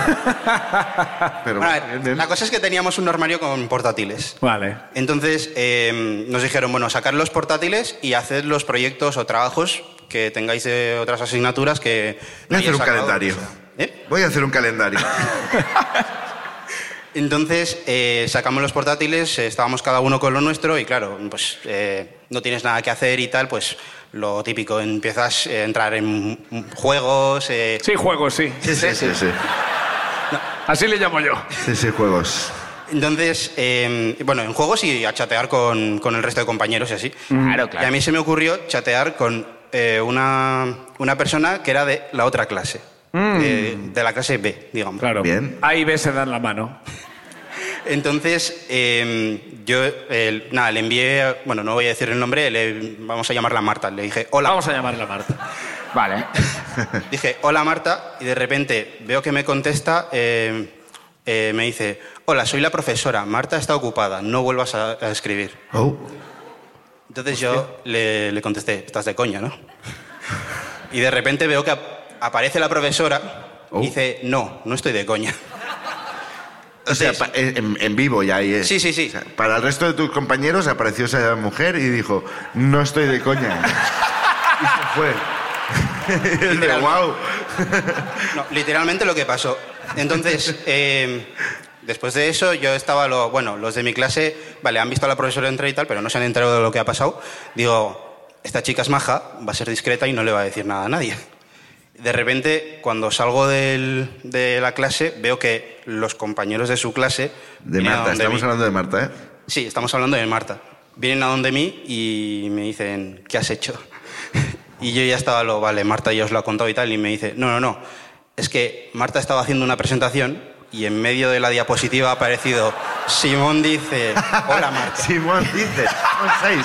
Speaker 1: Pero
Speaker 5: Bueno, a
Speaker 1: bien,
Speaker 5: ver,
Speaker 1: bien.
Speaker 5: la cosa es que teníamos un armario con portátiles.
Speaker 2: Vale.
Speaker 5: Entonces eh, nos dijeron, bueno, sacar los portátiles y hacer los proyectos o trabajos que tengáis de otras asignaturas que...
Speaker 1: Voy a hacer
Speaker 5: hayáis
Speaker 1: un
Speaker 5: sacado,
Speaker 1: calendario.
Speaker 5: o sea, ¿eh?
Speaker 1: Voy a hacer un calendario.
Speaker 5: Entonces eh, sacamos los portátiles, eh, estábamos cada uno con lo nuestro y claro, pues eh, no tienes nada que hacer y tal, pues lo típico, empiezas eh, a entrar en mm, juegos... eh,
Speaker 2: Sí, juego, sí.
Speaker 1: Sí, sí, sí. Sí,
Speaker 2: Así le llamo yo.
Speaker 1: sí, sí, juegos.
Speaker 5: Entonces, eh, bueno, en juegos y a chatear con, con el resto de compañeros y así.
Speaker 3: Claro,
Speaker 5: Y a
Speaker 3: claro.
Speaker 5: mí se me ocurrió chatear con eh, una, una persona que era de la otra clase,
Speaker 3: Mm.
Speaker 5: eh, de la clase B, digamos.
Speaker 2: Claro.
Speaker 1: Bien.
Speaker 2: A y B se dan la mano.
Speaker 5: Entonces, eh, yo, eh, nada, le envié, bueno, no voy a decir el nombre, le, vamos a llamarla Marta. Le dije, hola.
Speaker 2: Vamos a llamarle a Marta.
Speaker 3: Vale.
Speaker 5: Dije, hola Marta, y de repente veo que me contesta, eh, eh, me dice, hola, soy la profesora, Marta está ocupada, no vuelvas a- a escribir.
Speaker 1: Oh.
Speaker 5: Entonces yo le, le contesté, estás de coña, ¿no? Y de repente veo que ap- aparece la profesora
Speaker 1: Oh.
Speaker 5: y dice, no, no estoy de coña.
Speaker 1: O sea, pa- en, en vivo ya ahí es.
Speaker 5: Sí, sí, sí.
Speaker 1: O sea, para el resto de tus compañeros apareció esa mujer y dijo, no estoy de coña. y se fue. Y es de, wow.
Speaker 5: No, literalmente lo que pasó. Entonces, eh, después de eso yo estaba, lo, bueno, los de mi clase, vale, han visto a la profesora entrar y tal, pero no se han enterado de lo que ha pasado. Digo, esta chica es maja, va a ser discreta y no le va a decir nada a nadie. De repente, cuando salgo del- de la clase, veo que los compañeros de su clase...
Speaker 1: De
Speaker 5: vienen a
Speaker 1: Marta,
Speaker 5: donde
Speaker 1: estamos
Speaker 5: mí.
Speaker 1: hablando de Marta, ¿eh?
Speaker 5: Sí, estamos hablando de Marta. Vienen a donde mí y me dicen, ¿qué has hecho? Y yo ya estaba lo, vale, Marta ya os lo ha contado y tal, y me dice, no, no, no, es que Marta estaba haciendo una presentación y en medio de la diapositiva ha aparecido Simón dice, hola Marta.
Speaker 1: Simón dice, son seis.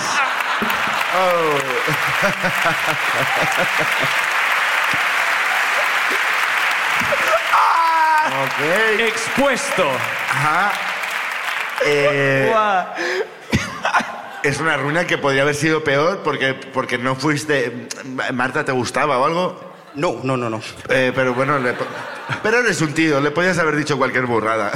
Speaker 5: Oh.
Speaker 1: Ok.
Speaker 2: Expuesto.
Speaker 1: Ajá. Eh,
Speaker 2: Buah.
Speaker 1: es una ruina que podría haber sido peor porque, porque no fuiste. Marta te gustaba o algo.
Speaker 5: No, no, no, no.
Speaker 1: Eh, pero bueno, le po- pero eres un tío, le podías haber dicho cualquier burrada.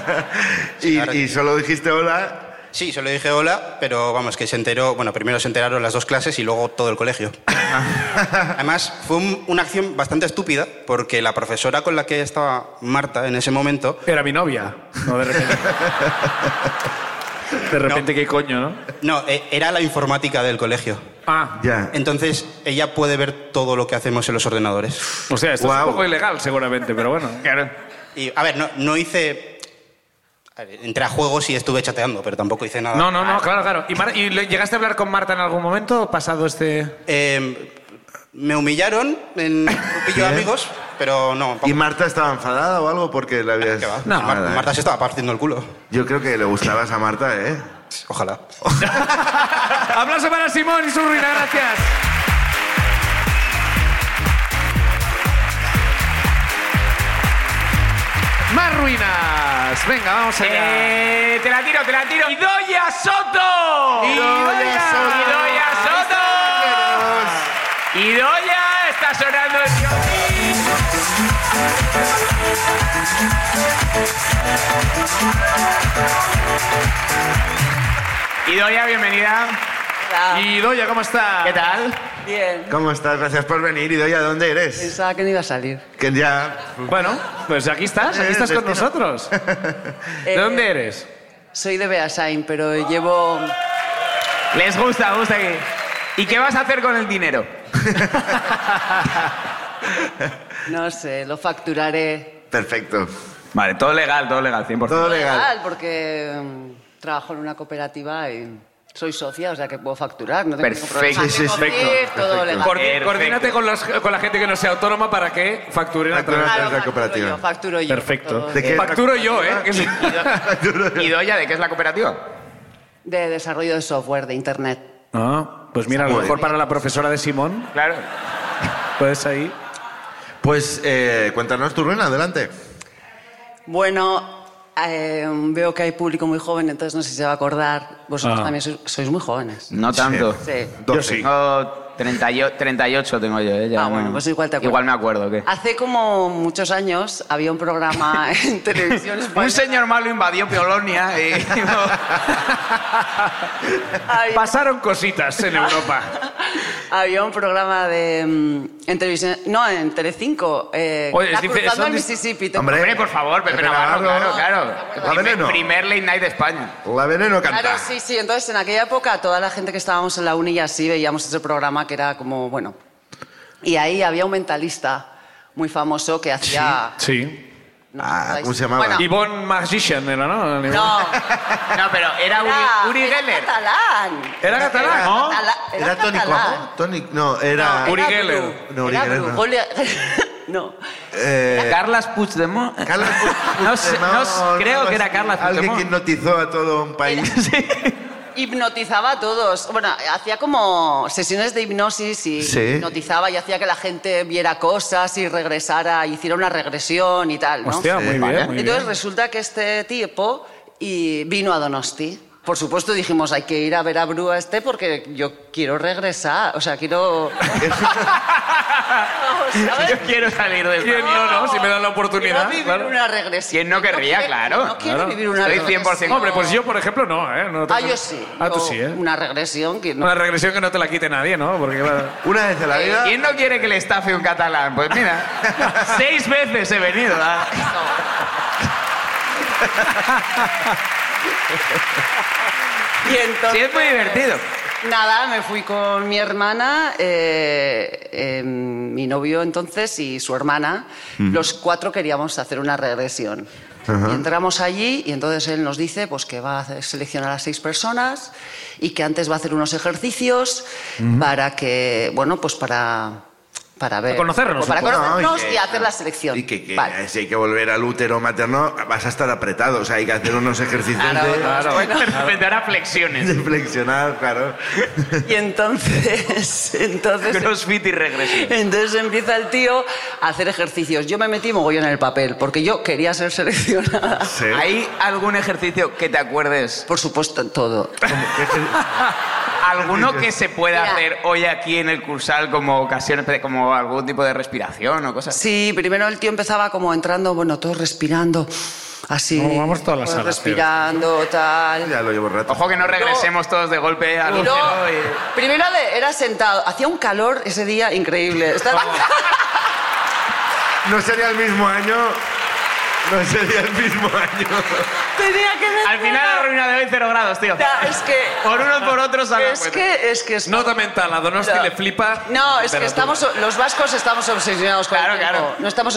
Speaker 1: y,
Speaker 5: claro.
Speaker 1: y solo dijiste hola.
Speaker 5: Sí, solo dije hola, pero vamos, que se enteró, bueno, primero se enteraron las dos clases y luego todo el colegio. Además, fue un- una acción bastante estúpida, porque la profesora con la que estaba Marta en ese momento,
Speaker 2: Era mi novia. No, de repente. De repente, ¿qué coño, no?
Speaker 5: no, eh, era la informática del colegio.
Speaker 2: Ah,
Speaker 1: Ya.
Speaker 5: Entonces, ella puede ver todo lo que hacemos en los ordenadores.
Speaker 2: o sea, esto es
Speaker 1: Guau.
Speaker 2: un poco ilegal, seguramente, pero bueno.
Speaker 3: Claro.
Speaker 5: Y, a ver, no, no hice... a ver, Entré a juegos y estuve chateando, pero tampoco hice nada.
Speaker 2: No, no, no, claro, claro. ¿Y, Mar- y le- llegaste a hablar con Marta en algún momento pasado este.?
Speaker 5: Eh, me humillaron en un grupillo
Speaker 1: Bien.
Speaker 5: de amigos, pero no.
Speaker 1: ¿Y Marta estaba enfadada o algo porque la habías.?
Speaker 5: ¿Qué Ah, va?
Speaker 2: No,
Speaker 5: Mar-
Speaker 1: Nada, ¿eh?
Speaker 5: Marta se estaba partiendo el culo.
Speaker 1: Yo creo que le gustabas a Marta, ¿eh?
Speaker 5: Ojalá.
Speaker 2: Aplauso para Simón y su ruina, gracias. Más ruinas. Venga, vamos allá.
Speaker 3: Eh, te la tiro, te la tiro. ¡Idoya Soto!
Speaker 2: Idoia Soto.
Speaker 3: ¡Idoya Soto! ¡Idoya! Está sonando el violín. Idoya, bienvenida.
Speaker 2: Y Doya, ¿cómo está?
Speaker 3: ¿Qué tal?
Speaker 6: Bien,
Speaker 1: ¿Cómo estás? Gracias por venir. ¿Y de dónde eres?
Speaker 6: pensaba que no iba a salir.
Speaker 1: Que ya.
Speaker 2: Bueno, pues aquí estás, aquí
Speaker 1: Eh,
Speaker 2: estás con
Speaker 1: destino.
Speaker 2: nosotros. ¿De
Speaker 6: Eh,
Speaker 2: dónde eres?
Speaker 6: Soy de Beasain, pero llevo...
Speaker 3: Les gusta, gusta aquí. ¿Y qué vas a hacer con el dinero?
Speaker 6: No sé, lo facturaré.
Speaker 1: Perfecto.
Speaker 3: Vale, todo legal, todo legal, 100%.
Speaker 1: Todo legal.
Speaker 6: Legal, porque mm, trabajo en una cooperativa y soy socia, o sea que puedo facturar. No tengo ningún
Speaker 3: Perfecto.
Speaker 6: problema.
Speaker 1: Sí, sí, sí.
Speaker 6: Tengo CIF,
Speaker 1: Perfecto,
Speaker 6: todo
Speaker 1: perfecto.
Speaker 6: legal.
Speaker 2: Cordi-
Speaker 3: Perfecto.
Speaker 2: coordínate con, los- con la gente que no sea autónoma para que facturen a
Speaker 1: Factura-
Speaker 2: través.
Speaker 1: de la
Speaker 6: facturo
Speaker 1: cooperativa.
Speaker 6: yo, Facturo yo.
Speaker 2: Perfecto.
Speaker 6: todo. Ah,
Speaker 1: ¿De qué?
Speaker 2: Facturo yo, ¿eh? Que sí.
Speaker 3: Idoya, ¿de qué es la cooperativa?
Speaker 6: De desarrollo de software, de internet.
Speaker 2: Ah, pues mira, a lo mejor para la profesora de Simón,
Speaker 3: Claro.
Speaker 2: puedes ahí.
Speaker 1: Pues eh, cuéntanos tu ruina, adelante.
Speaker 6: Bueno, eh, veo que hay público muy joven, entonces no sé si se va a acordar. Vosotros
Speaker 2: Ah.
Speaker 6: también sois, sois muy jóvenes.
Speaker 3: No tanto.
Speaker 6: Sí.
Speaker 1: Doce.
Speaker 3: Tengo 38, 38 tengo yo, ¿eh? Ya
Speaker 6: Ah, bueno,
Speaker 3: no-
Speaker 6: pues igual te acuerdas.
Speaker 3: Igual me acuerdo, ¿qué?
Speaker 6: Hace como muchos años había un programa en televisión española.
Speaker 3: Un señor malo invadió Polonia y...
Speaker 6: Había-
Speaker 2: Pasaron cositas en Europa.
Speaker 6: Había un programa de mm, en televisión, no, en Telecinco, eh,
Speaker 2: Oye,
Speaker 6: la
Speaker 2: es dife-
Speaker 6: cruzando
Speaker 2: son
Speaker 6: el
Speaker 2: dis-
Speaker 6: Mississippi. te-
Speaker 1: Hombre.
Speaker 3: Hombre, por favor, Pepe
Speaker 1: Pepe
Speaker 3: Navarro,
Speaker 1: Navarro.
Speaker 3: claro,
Speaker 1: La
Speaker 3: claro.
Speaker 1: veneno.
Speaker 3: Primer, primer late night de España.
Speaker 1: La veneno canta.
Speaker 6: Claro, sí, sí. Entonces, en aquella época, toda la gente que estábamos en la uni y así veíamos ese programa que era como, bueno. Y ahí había un mentalista muy famoso que hacía.
Speaker 2: Sí.
Speaker 6: no
Speaker 1: Ah,
Speaker 6: sé,
Speaker 1: ¿cómo se llamaba?
Speaker 6: bueno,
Speaker 2: Yvonne Magician era, ¿no?
Speaker 6: no,
Speaker 3: No, pero era
Speaker 6: era,
Speaker 3: Uri, Uri
Speaker 6: era
Speaker 3: Geller.
Speaker 6: catalán.
Speaker 2: Era catalán, ¿no?
Speaker 6: Catala-
Speaker 1: ¿Era, Tony
Speaker 6: catalán.
Speaker 1: Cuojo? Tony, no,
Speaker 6: No,
Speaker 1: era...
Speaker 2: Uri
Speaker 6: era
Speaker 2: Geller.
Speaker 6: Bru.
Speaker 1: No, Uri
Speaker 6: Era
Speaker 1: Geller
Speaker 6: Bru.
Speaker 1: no.
Speaker 6: Gole- no.
Speaker 1: eh,
Speaker 3: Carlas Puigdemont.
Speaker 1: Carlos Puigdemont,
Speaker 3: No sé, no sé,
Speaker 1: o
Speaker 3: creo
Speaker 1: algo
Speaker 3: que era
Speaker 1: así.
Speaker 3: Carlos
Speaker 1: Alguien
Speaker 3: Puigdemont.
Speaker 1: que hipnotizó a todo un país.
Speaker 6: Hipnotizaba a todos. Bueno, hacía como sesiones de hipnosis y
Speaker 1: Sí.
Speaker 6: hipnotizaba y hacía que la gente viera cosas y regresara, hiciera una regresión y tal, ¿no?
Speaker 2: Hostia, muy bien, muy
Speaker 6: Entonces
Speaker 2: bien.
Speaker 6: resulta que este tipo y vino a Donosti. Por supuesto dijimos, hay que ir a ver a Brúa este porque yo quiero regresar, o sea, quiero... ¿Sabes?
Speaker 3: Yo quiero salir de
Speaker 2: ¿Quién
Speaker 3: España.
Speaker 2: no, no? Si me dan la
Speaker 6: Quiero
Speaker 2: oportunidad.
Speaker 6: vivir
Speaker 2: claro.
Speaker 6: una regresión.
Speaker 3: ¿Quién no querría?
Speaker 6: quiero-
Speaker 3: Claro.
Speaker 6: No quiero
Speaker 2: Claro.
Speaker 6: vivir una
Speaker 3: Estoy
Speaker 6: regresión.
Speaker 3: 100%
Speaker 2: Hombre, pues yo, por ejemplo, no, ¿eh? No te-
Speaker 6: Ah, yo sí.
Speaker 2: Ah, tú
Speaker 6: Yo
Speaker 2: sí, ¿eh?
Speaker 6: Una regresión que no...
Speaker 2: Una regresión que no te la quite nadie, ¿no? Porque claro.
Speaker 1: Una vez en la vida...
Speaker 3: eh, ¿Quién no quiere que le estafe un catalán? Pues mira, seis veces he venido. ¿ah?
Speaker 6: Y entonces,
Speaker 3: Sí, es muy divertido.
Speaker 6: Nada, me fui con mi hermana, eh, eh, mi novio entonces y su hermana. Los cuatro queríamos hacer una regresión. Y entramos allí y entonces él nos dice pues, que va a hacer- seleccionar a seis personas y que antes va a hacer unos ejercicios para que, bueno, pues para para ver.
Speaker 2: Para conocernos
Speaker 6: o Para
Speaker 2: un poco.
Speaker 6: conocernos
Speaker 1: No,
Speaker 6: y,
Speaker 1: y que-
Speaker 6: hacer la selección.
Speaker 1: Y que, que
Speaker 6: Vale.
Speaker 1: si hay que volver al útero materno, vas a estar apretado. O sea, hay que hacer unos ejercicios
Speaker 6: Claro,
Speaker 1: de,
Speaker 6: claro. Bueno,
Speaker 3: De repente hará flexiones.
Speaker 1: de flexionar, claro.
Speaker 6: y entonces, entonces
Speaker 3: Crossfit y regresión.
Speaker 6: Entonces empieza el tío a hacer ejercicios. Yo me metí mogollón en el papel, porque yo quería ser seleccionada.
Speaker 1: Sí.
Speaker 3: ¿Hay algún ejercicio que te acuerdes?
Speaker 6: Por supuesto, en todo.
Speaker 3: ¿Alguno que se pueda
Speaker 6: Mira.
Speaker 3: hacer hoy aquí en el cursal como ocasiones, de- como algún tipo de respiración o cosas?
Speaker 6: Sí, primero el tío empezaba como entrando, bueno, todos respirando, así.
Speaker 2: No, vamos todas las
Speaker 6: Todos
Speaker 2: salas, tío.
Speaker 6: Respirando, tal.
Speaker 1: Ya lo llevo rato.
Speaker 3: Ojo que no regresemos todos de golpe al
Speaker 6: Y luego,
Speaker 3: útero y-
Speaker 6: primero de- era sentado. Hacía un calor ese día increíble. Estaba-
Speaker 2: Oh.
Speaker 1: No sería el mismo año. No sería el mismo año.
Speaker 6: Tenía que
Speaker 3: Al final la ruina de hoy, cero grados, tío.
Speaker 6: Ya, Es que...
Speaker 3: Por uno por otro sale.
Speaker 6: Es que... Es que es-
Speaker 2: Nota mental, a Donosti
Speaker 6: No.
Speaker 2: le flipa.
Speaker 6: No, es que
Speaker 2: temperatura.
Speaker 6: estamos, los vascos estamos obsesionados con
Speaker 3: Claro,
Speaker 6: el tiempo.
Speaker 3: claro.
Speaker 6: No estamos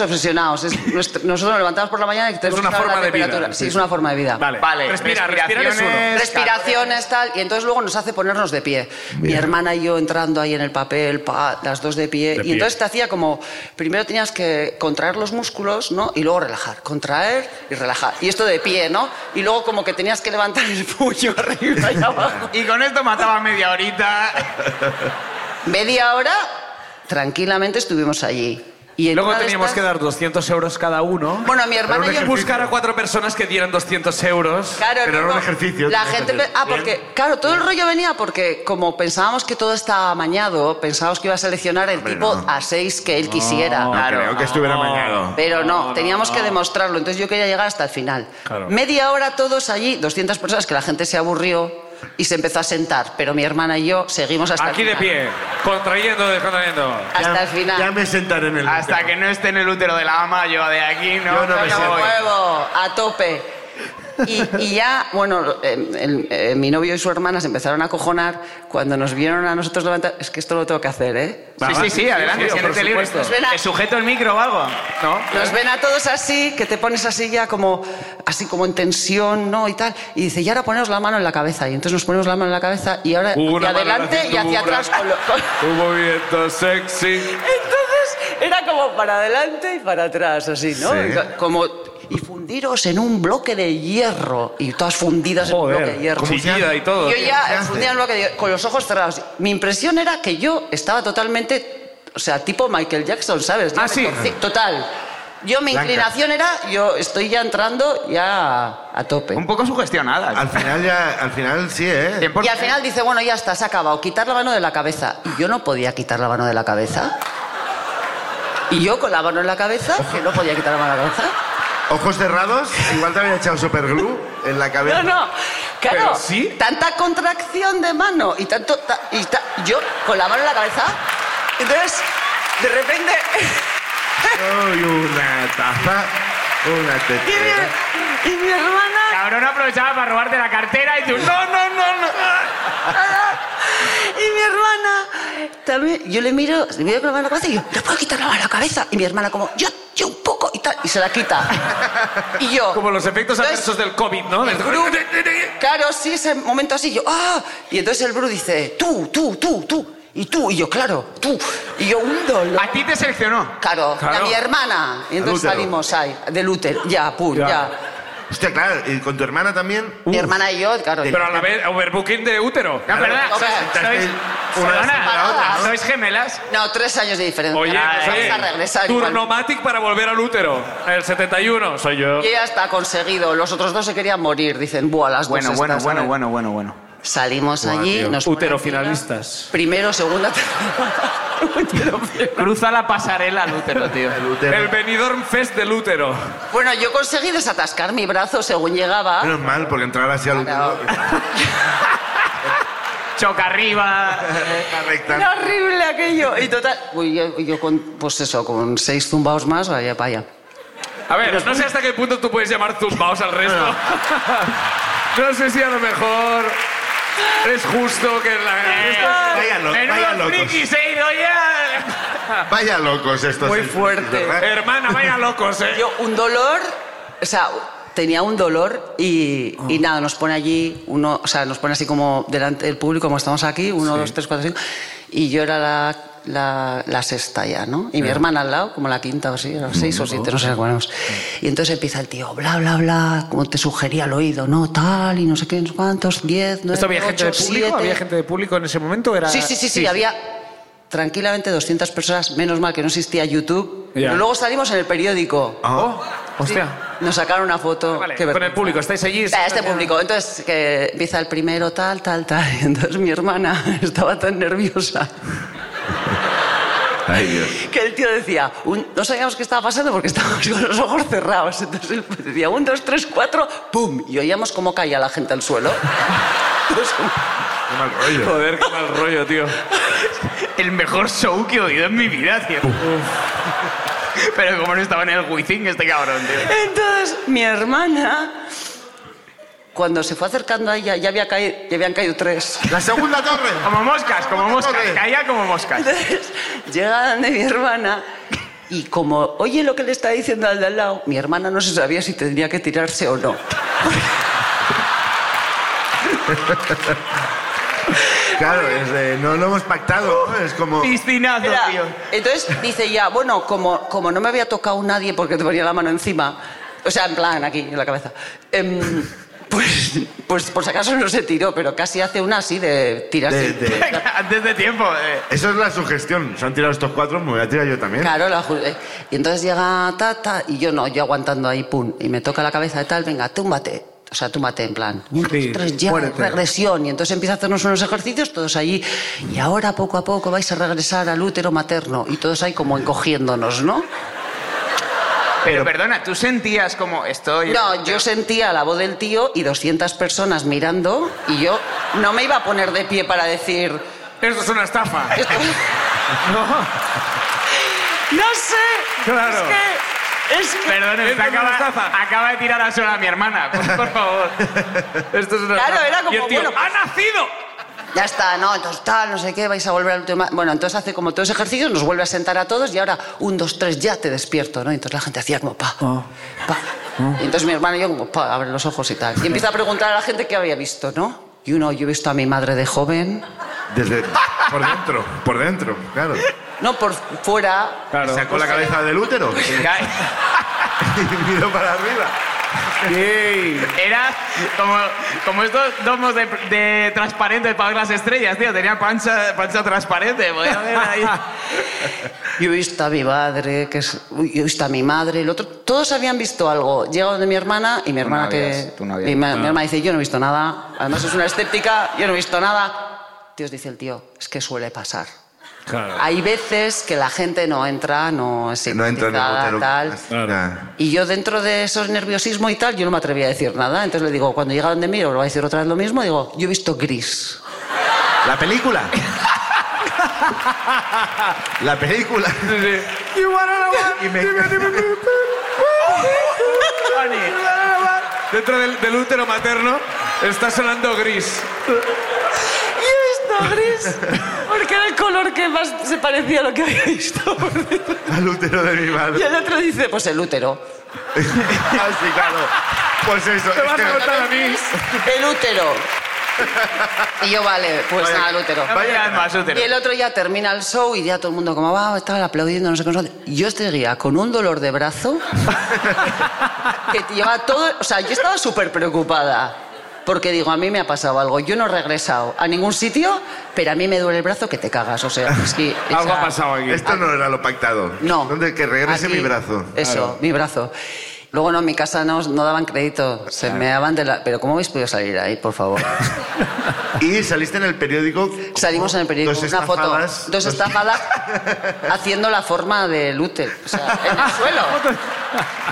Speaker 6: obsesionados. es nuestro- nosotros nos levantamos por la mañana y tenemos
Speaker 2: una
Speaker 6: que saber
Speaker 2: forma
Speaker 6: la
Speaker 2: de vida.
Speaker 6: temperatura. Sí,
Speaker 2: Sí,
Speaker 6: es
Speaker 2: sí.
Speaker 6: una forma de vida.
Speaker 2: Vale.
Speaker 3: Vale,
Speaker 2: Respira, respirar es
Speaker 3: respiraciones.
Speaker 2: uno.
Speaker 6: Respiraciones, tal, y entonces luego nos hace ponernos de pie. Mi hermana y yo entrando ahí en el papel, pa, las dos de pie,
Speaker 2: De
Speaker 6: y
Speaker 2: pie.
Speaker 6: entonces te hacía como, primero tenías que contraer los músculos, ¿no? Y luego relajar, contraer y relajar. Y esto de pie, ¿no? Y luego como que tenías que levantar el puño arriba y abajo.
Speaker 3: Y con esto mataba media horita.
Speaker 6: Media hora, tranquilamente estuvimos allí. Y en
Speaker 2: Luego
Speaker 6: una de
Speaker 2: teníamos que
Speaker 6: estas-
Speaker 2: dar 200 euros cada uno.
Speaker 6: Bueno, mi hermana
Speaker 1: Pero un
Speaker 6: y yo...
Speaker 1: ejercicio.
Speaker 2: Buscar a cuatro personas que dieran 200 euros.
Speaker 6: Claro,
Speaker 1: Pero era
Speaker 6: no,
Speaker 1: un
Speaker 6: no.
Speaker 1: ejercicio,
Speaker 6: La
Speaker 1: tenía que
Speaker 6: gente.
Speaker 1: hacer.
Speaker 6: pe- Ah, porque, claro, todo el rollo venía porque, como pensábamos que todo estaba amañado, pensábamos que iba a seleccionar el tipo
Speaker 1: no.
Speaker 6: a seis que él quisiera.
Speaker 1: No creo que estuviera
Speaker 2: No.
Speaker 1: mañado.
Speaker 6: Pero no, teníamos que demostrarlo. Entonces yo quería llegar hasta el final.
Speaker 2: Claro.
Speaker 6: Media hora todos allí, 200 personas, que la gente se aburrió y se empezó a sentar. Pero mi hermana y yo seguimos hasta
Speaker 2: Aquí
Speaker 6: el
Speaker 2: de
Speaker 6: final.
Speaker 2: pie, contrayendo, descontrayendo.
Speaker 6: Hasta
Speaker 1: Ya-
Speaker 6: el final.
Speaker 1: Ya me sentaré en el
Speaker 3: Hasta que no esté en el útero de la ama, yo de aquí no, pues.
Speaker 1: Yo no me
Speaker 6: Bueno,
Speaker 1: siento.
Speaker 6: huevo, a tope. Y, y ya, bueno, eh, el- eh, mi novio y su hermana se empezaron a cojonar cuando nos vieron a nosotros levantar. Es que esto lo tengo que hacer, ¿eh?
Speaker 3: Sí, sí, sí, adelante,
Speaker 2: sí, por
Speaker 3: siéntete libre.
Speaker 2: supuesto.
Speaker 6: Suena-
Speaker 3: ¿Te sujeto el micro o algo?
Speaker 2: ¿No?
Speaker 6: Nos ven a todos así, que te pones así ya como, así como en tensión, ¿no? Y tal. Y dice, y ahora poneos la mano en la cabeza. Y entonces nos ponemos la mano en la cabeza y ahora
Speaker 2: Hubo
Speaker 6: hacia
Speaker 2: una mano en la
Speaker 6: adelante y hacia
Speaker 2: cintura.
Speaker 6: atrás. con lo- con-
Speaker 2: Un movimiento sexy.
Speaker 6: Entonces era como para adelante y para atrás, así, ¿no?
Speaker 1: Sí.
Speaker 6: Y co- Como, y fundiros en un bloque de hierro. Y todas fundidas en un bloque de hierro.
Speaker 1: ¿cómo se
Speaker 2: cuchillada
Speaker 1: hace?
Speaker 2: y todo.
Speaker 6: Yo
Speaker 2: tío.
Speaker 1: ¿Qué
Speaker 6: ya
Speaker 1: hace?
Speaker 6: fundía en bloque de- con los ojos cerrados. Mi impresión era que yo estaba totalmente, o sea, tipo Michael Jackson, ¿sabes? Ya
Speaker 2: Ah,
Speaker 6: me
Speaker 2: sí.
Speaker 6: torcí- Total. Yo, mi
Speaker 1: Blanca.
Speaker 6: inclinación era, yo estoy ya entrando ya a tope.
Speaker 3: Un poco sugestionada.
Speaker 1: Al final ya, al final sí, ¿eh?
Speaker 3: 100%.
Speaker 6: Y al final dice, bueno, ya está, se ha acabado, quitar la mano de la cabeza. Y yo no podía quitar la mano de la cabeza. Y yo con la mano en la cabeza, que no podía quitar la mano de la cabeza.
Speaker 1: Ojos cerrados, igual te había echado superglue en la cabeza.
Speaker 6: No, no. Claro,
Speaker 2: Pero sí.
Speaker 6: tanta contracción de mano y tanto. ta- y ta- yo con la mano en la cabeza. Entonces, de repente.
Speaker 1: Soy una taza, una
Speaker 6: Y
Speaker 1: tetera.
Speaker 6: mi, y mi hermana.
Speaker 3: Cabrón aprovechaba para robarte la cartera y tú, no, no, no, no.
Speaker 6: Y mi hermana. También, yo le miro, le miro con la mano en la cabeza y yo, no puedo quitar la mano en la cabeza. Y mi hermana, como, yo, yo un poco y tal. Y se la quita. Y yo.
Speaker 2: Como los efectos
Speaker 6: Entonces,
Speaker 2: adversos del COVID, ¿no? Del-
Speaker 6: Claro, sí, ese momento así, yo, ¡ah! Y entonces el Bru dice, tú, tú, tú, tú. Y tú, y yo, claro, tú. Y yo, un dolor.
Speaker 3: A ti te seleccionó.
Speaker 6: Claro,
Speaker 2: Claro.
Speaker 6: a mi hermana. Y entonces
Speaker 1: útero.
Speaker 6: salimos ahí, del útero. Ya, pum,
Speaker 2: Ya.
Speaker 6: ya.
Speaker 1: Hostia, claro, y con tu hermana también.
Speaker 6: Mi hermana y yo, claro.
Speaker 2: Pero a la vez, overbooking de útero.
Speaker 3: No, perdona,
Speaker 6: o sea,
Speaker 3: sois-
Speaker 1: sentaste
Speaker 3: sois...
Speaker 1: una Pues
Speaker 3: perdona,
Speaker 1: encima de la otra, ¿no?
Speaker 3: ¿sois gemelas?
Speaker 6: No, tres años de diferencia.
Speaker 2: Oye,
Speaker 3: Ah,
Speaker 2: pues,
Speaker 6: vamos
Speaker 2: oye,
Speaker 6: a regresar. igual.
Speaker 2: Turnomatic para volver al útero. El 71, soy yo.
Speaker 6: Y ya está conseguido. Los otros dos se querían morir. Dicen, buah, las dos
Speaker 3: Bueno, bueno,
Speaker 6: estas,
Speaker 3: bueno,
Speaker 6: ¿sabes?".
Speaker 3: bueno, bueno, bueno.
Speaker 6: Salimos allí, nos ponen
Speaker 2: Útero
Speaker 6: fila.
Speaker 2: finalistas.
Speaker 6: Primero, segundo, tercero.
Speaker 3: Cruza la pasarela al útero, tío.
Speaker 1: El útero.
Speaker 2: El Benidorm Fest del útero.
Speaker 6: Bueno, yo conseguí desatascar mi brazo según llegaba.
Speaker 1: Menos mal, porque entrar así al
Speaker 6: Claro.
Speaker 3: Choca arriba.
Speaker 1: Está recta.
Speaker 6: Era horrible aquello. Y total. Uy, yo, yo con, pues eso, con seis zumbaos más, vaya, vaya.
Speaker 2: A ver, no sé hasta qué punto tú puedes llamar zumbaos al resto. No sé si a lo mejor es justo que la...
Speaker 6: Eh,
Speaker 1: Vaya, lo- vaya
Speaker 3: Menudo
Speaker 1: locos.
Speaker 3: friki se ha ido ya.
Speaker 1: Vaya locos estos. ¿eh?
Speaker 6: Muy
Speaker 1: seis,
Speaker 6: fuerte.
Speaker 1: ¿verdad?
Speaker 2: Hermana, vaya locos, ¿eh?
Speaker 6: Yo, un dolor, o sea, tenía un dolor y,
Speaker 2: Ah.
Speaker 6: y nada, nos pone allí, uno, o sea, nos pone así como delante del público, como estamos aquí, uno, dos, tres, cuatro, cinco, y yo era la la, la sexta ya, ¿no? Y mi hermana al lado, como la quinta o así, o seis o siete, no sé cuál es. Y entonces empieza el tío, bla, bla, bla, como te sugería al oído, ¿no? Tal, y no sé qué, no sé cuántos, diez, nueve,
Speaker 2: ¿Esto había gente
Speaker 6: ocho,
Speaker 2: de público?
Speaker 6: siete.
Speaker 2: ¿Había gente de público en ese momento? Era...
Speaker 6: Sí, sí, sí, sí, había tranquilamente 200 personas, menos mal que no existía YouTube.
Speaker 2: Ya.
Speaker 6: Pero luego salimos en el periódico.
Speaker 2: Oh, hostia.
Speaker 6: Sí, nos sacaron una foto.
Speaker 2: Vale,
Speaker 6: Qué
Speaker 2: con el
Speaker 6: vergüenza.
Speaker 2: público, estáis allí.
Speaker 6: Está, Este público. Entonces, que empieza el primero, tal, tal, tal. Y entonces mi hermana estaba tan nerviosa
Speaker 1: Ay, Dios.
Speaker 6: que el tío decía, un- no sabíamos qué estaba pasando porque estábamos con los ojos cerrados. Entonces él decía, un, dos, tres, cuatro, ¡pum! Y oíamos cómo caía la gente al suelo. Entonces,
Speaker 1: Qué mal rollo.
Speaker 2: Joder, qué mal rollo, tío.
Speaker 3: El mejor show que he oído en mi vida, tío. Pero como no estaba en el Wizzing, este cabrón, tío.
Speaker 6: Entonces, mi hermana, cuando se fue acercando a ella, ya, había caído, ya habían caído tres.
Speaker 1: La segunda torre.
Speaker 3: Como moscas, como moscas. Caía como moscas.
Speaker 6: Entonces, llega donde mi hermana y como oye lo que le está diciendo al de al lado, mi hermana no se sabía si tendría que tirarse o no.
Speaker 1: Claro, es de, no lo hemos pactado. ¿no? Es como.
Speaker 3: Piscinazo,
Speaker 6: Era-
Speaker 3: tío.
Speaker 6: entonces dice ya, bueno, como, como no me había tocado nadie porque te ponía la mano encima, o sea, en plan aquí, en la cabeza, em, pues, pues por si acaso no se tiró, pero casi hace una así de tirarse.
Speaker 1: De- de-
Speaker 3: Antes de tiempo. eh.
Speaker 1: Eso es la sugestión. Se han tirado estos cuatro, me voy a tirar yo también.
Speaker 6: Claro, la ju- eh, y entonces llega ta, ta, y yo no, yo aguantando ahí, pum, y me toca la cabeza de tal, venga, túmbate. O sea, túmbate en plan. Un, dos,
Speaker 2: Sí,
Speaker 6: tres, ya,
Speaker 1: muérete.
Speaker 6: regresión. Y entonces empieza a hacernos unos ejercicios, todos allí. Y ahora poco a poco vais a regresar al útero materno. Y todos ahí como encogiéndonos, ¿no?
Speaker 3: Pero perdona, tú sentías como estoy.
Speaker 6: No, yo sentía la voz del tío y 200 personas mirando. Y yo no me iba a poner de pie para decir.
Speaker 2: Esto es una estafa.
Speaker 6: "Esto-". no sé.
Speaker 2: Claro.
Speaker 6: Es que. Es que-
Speaker 3: Perdón,
Speaker 2: Esto
Speaker 3: está
Speaker 2: es una
Speaker 3: acaba,
Speaker 2: estafa.
Speaker 3: acaba de tirar al suelo a mi hermana. Por, por favor.
Speaker 2: Esto es una
Speaker 6: Claro,
Speaker 2: estafa.
Speaker 6: era como,
Speaker 2: Y el tío,
Speaker 6: bueno, pues
Speaker 2: ¡Ha nacido!
Speaker 6: Ya está, no, entonces tal, no sé qué, vais a volver al último. Bueno, entonces hace como todos ejercicios, nos vuelve a sentar a todos y ahora, un, dos, tres, ya te despierto, ¿no? Y entonces la gente hacía como pa, pa. Y entonces mi hermano y yo como pa, abren los ojos y tal. Y empieza a preguntar a la gente qué había visto, ¿no? Y uno, yo he visto a mi madre de joven.
Speaker 1: Desde. Por dentro. Por dentro, claro.
Speaker 6: No, por fuera.
Speaker 2: Claro.
Speaker 1: Sacó la cabeza del útero
Speaker 3: Ca-
Speaker 1: y miró para arriba.
Speaker 2: Sí.
Speaker 3: Era como, como estos domos de, de transparentes para ver las estrellas, tío. Tenía pancha, pancha transparente. Voy a ver ahí.
Speaker 6: Yo he visto a mi madre, que es, uy, yo he visto a mi madre, el otro. Todos habían visto algo. Llega donde mi hermana y mi hermana
Speaker 3: no
Speaker 6: que.
Speaker 3: habías, tú no habías.
Speaker 6: mi, ma- mi hermana dice, yo no he visto nada. Además es una escéptica, yo no he visto nada. Dios dice el tío, es que suele pasar.
Speaker 2: Claro.
Speaker 6: Hay veces que la gente no entra, no es
Speaker 1: No entra en el
Speaker 6: hipnotizada,
Speaker 1: útero.
Speaker 6: tal.
Speaker 2: Claro.
Speaker 1: Ya.
Speaker 6: Y yo dentro de esos nerviosismo y tal, yo no me atrevía a decir nada. Entonces le digo, cuando llega donde miro, lo va a decir otra vez lo mismo, digo, yo he visto gris.
Speaker 1: La película. La película. Y me-
Speaker 2: Dentro del, del útero materno está sonando gris.
Speaker 6: Yo he visto gris porque era el color que más se parecía a lo que había visto.
Speaker 1: Al útero de mi
Speaker 6: Y
Speaker 1: madre.
Speaker 6: el otro dice, pues el útero.
Speaker 1: Ah, sí, claro. Pues eso.
Speaker 2: Te vas a
Speaker 1: este-
Speaker 2: contar a mí.
Speaker 6: El útero. Y yo, vale, pues
Speaker 1: Vaya-
Speaker 6: nada, el útero.
Speaker 3: No me digas más,
Speaker 6: Y
Speaker 3: útero.
Speaker 6: el otro ya termina el show y ya todo el mundo como va, estaban aplaudiendo, no sé qué. no sé qué. Yo seguía con un dolor de brazo que te lleva todo... O sea, yo estaba súper preocupada porque digo, a mí me ha pasado algo. Yo no he regresado a ningún sitio, pero a mí me duele el brazo que te cagas. O sea, es que... o
Speaker 2: Algo ha
Speaker 6: sea,
Speaker 2: pasado aquí.
Speaker 1: Esto no era lo pactado.
Speaker 6: No.
Speaker 1: ¿Dónde que regrese
Speaker 6: Aquí, eh.
Speaker 1: mi brazo?
Speaker 6: Eso, mi brazo. Luego no, en mi casa no, no daban crédito. Se me daban de la... Pero ¿cómo habéis podido salir ahí, por favor?
Speaker 1: Y saliste en el periódico.
Speaker 6: Salimos en el periódico,
Speaker 1: Dos
Speaker 6: una foto,
Speaker 1: estafadas.
Speaker 6: dos estafadas haciendo la forma del útero, o sea, en el suelo.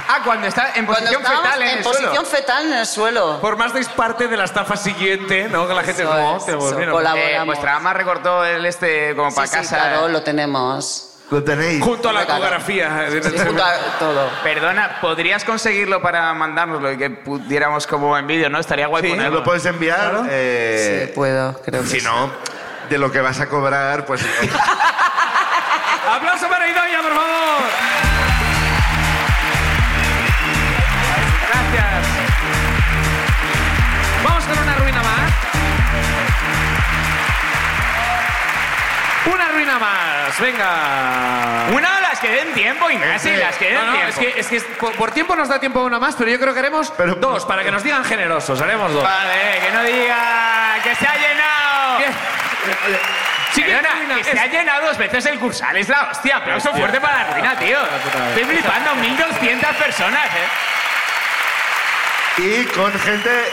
Speaker 3: Ah, cuando está en
Speaker 6: Cuando
Speaker 3: posición
Speaker 6: estábamos
Speaker 3: fetal en,
Speaker 6: en
Speaker 3: el
Speaker 6: posición
Speaker 3: suelo. Pues,
Speaker 6: fetal en el suelo.
Speaker 2: Formasteis parte de la estafa siguiente, ¿no? Que la gente
Speaker 6: Eso
Speaker 3: "Oh,
Speaker 2: no,
Speaker 6: es,
Speaker 2: te
Speaker 6: eso,
Speaker 2: volvieron.
Speaker 6: colab-
Speaker 3: Eh,
Speaker 6: Colaboramos.
Speaker 3: vuestra ama recortó el este como
Speaker 6: Sí,
Speaker 3: para
Speaker 6: sí,
Speaker 3: casa.
Speaker 6: claro, lo tenemos.
Speaker 1: Lo tenéis.
Speaker 2: Junto a la
Speaker 6: Claro.
Speaker 2: ecografía. eh,
Speaker 6: Sí, junto a todo.
Speaker 3: Perdona, ¿podrías conseguirlo para mandárnoslo y que pudiéramos como en vídeo, no? Estaría guay
Speaker 2: Sí.
Speaker 1: Nos
Speaker 3: ponerlo.
Speaker 1: lo puedes enviar.
Speaker 2: Claro.
Speaker 1: eh,
Speaker 6: Sí, puedo, creo que
Speaker 1: si
Speaker 6: sí.
Speaker 1: no, de lo que vas a cobrar, pues.
Speaker 2: ¡Aplauso para Idoia, por favor! Gracias. Vamos con una ruina más. Una ruina más. más, venga.
Speaker 3: Una de las que den tiempo, Ignacio, y las que den
Speaker 2: No, no,
Speaker 3: tiempo.
Speaker 2: es que, es que por, por tiempo nos da tiempo una más, pero yo creo que haremos
Speaker 1: Pero-
Speaker 2: dos, para que nos digan generosos. Haremos dos.
Speaker 3: Vale, eh, que no diga que se ha llenado.
Speaker 2: Bien. Siguiente
Speaker 3: Perdona,
Speaker 2: ruina.
Speaker 3: que se
Speaker 2: Es-
Speaker 3: ha llenado dos veces el cursal, es la hostia. Aplauso
Speaker 2: Hostia.
Speaker 3: fuerte para la ruina, tío.
Speaker 2: puta madre.
Speaker 3: Estoy flipando, 1200 personas, eh.
Speaker 1: Y con gente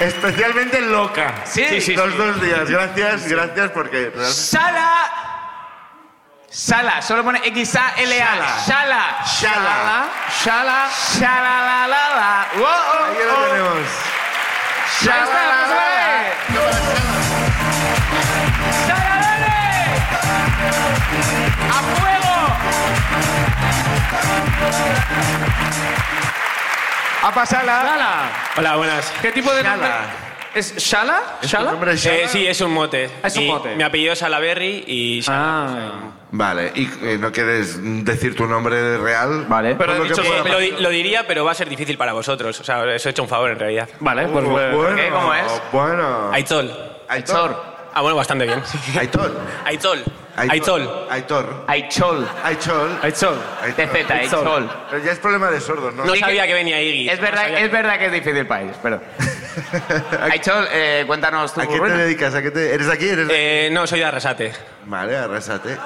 Speaker 1: especialmente loca.
Speaker 3: Sí, sí, sí,
Speaker 1: Los
Speaker 3: sí.
Speaker 1: dos días. Gracias, gracias, porque realmente-
Speaker 3: Sala. Sala, solo pone X-A-L-A. Sala.
Speaker 1: Shala.
Speaker 3: Shala. Shala. la, la, la. Wow, oh,
Speaker 1: ahí lo
Speaker 3: oh.
Speaker 1: tenemos.
Speaker 3: Ahí
Speaker 2: pues,
Speaker 3: está,
Speaker 1: Shala,
Speaker 3: vamos a ver. ¡Saladores! ¡A fuego!
Speaker 7: A pasarla.
Speaker 2: Shala.
Speaker 7: Hola, buenas.
Speaker 2: ¿Qué tipo de nombre? ¿Es Shala?
Speaker 1: ¿Tu
Speaker 2: ¿Shala?
Speaker 1: nombre es Shala?
Speaker 7: Eh, sí, es un mote.
Speaker 2: Es un
Speaker 7: Mi-
Speaker 2: mote.
Speaker 7: Mi apellido es Salaberry y...
Speaker 2: Ah.
Speaker 1: Vale, y eh, no quieres decir tu nombre real.
Speaker 3: Vale.
Speaker 1: Por
Speaker 7: Pero
Speaker 1: lo
Speaker 7: he dicho
Speaker 1: que
Speaker 7: que
Speaker 1: pueda
Speaker 7: lo, di- lo diría, pero va a ser difícil para vosotros. O sea, os he hecho un favor en realidad.
Speaker 2: Vale, pues
Speaker 1: pasar.
Speaker 2: bueno.
Speaker 1: bueno,
Speaker 3: ¿qué? ¿Cómo es?
Speaker 1: Bueno.
Speaker 7: Aitol.
Speaker 1: Aitor.
Speaker 7: Ah, bueno, bastante bien.
Speaker 1: Aitor.
Speaker 7: Aitol. Aitol.
Speaker 1: Aitor.
Speaker 3: Aichol.
Speaker 1: Aichol.
Speaker 2: Aitzol.
Speaker 1: Aitor.
Speaker 3: TZ, Aichol.
Speaker 1: Pero ya es problema de sordos, ¿no?
Speaker 7: No
Speaker 3: Sí que-
Speaker 7: sabía que venía Iggy.
Speaker 3: Es
Speaker 7: No
Speaker 3: verdad,
Speaker 7: sabía
Speaker 3: es verdad que es difícil para ellos, pero. Aichol, eh, cuéntanos tu
Speaker 1: ¿A qué te
Speaker 3: ruina.
Speaker 1: dedicas? ¿A qué te... ¿Eres de aquí? ¿Eres de-
Speaker 7: que- Eh, no, soy de Arrasate.
Speaker 1: Vale, arrasate.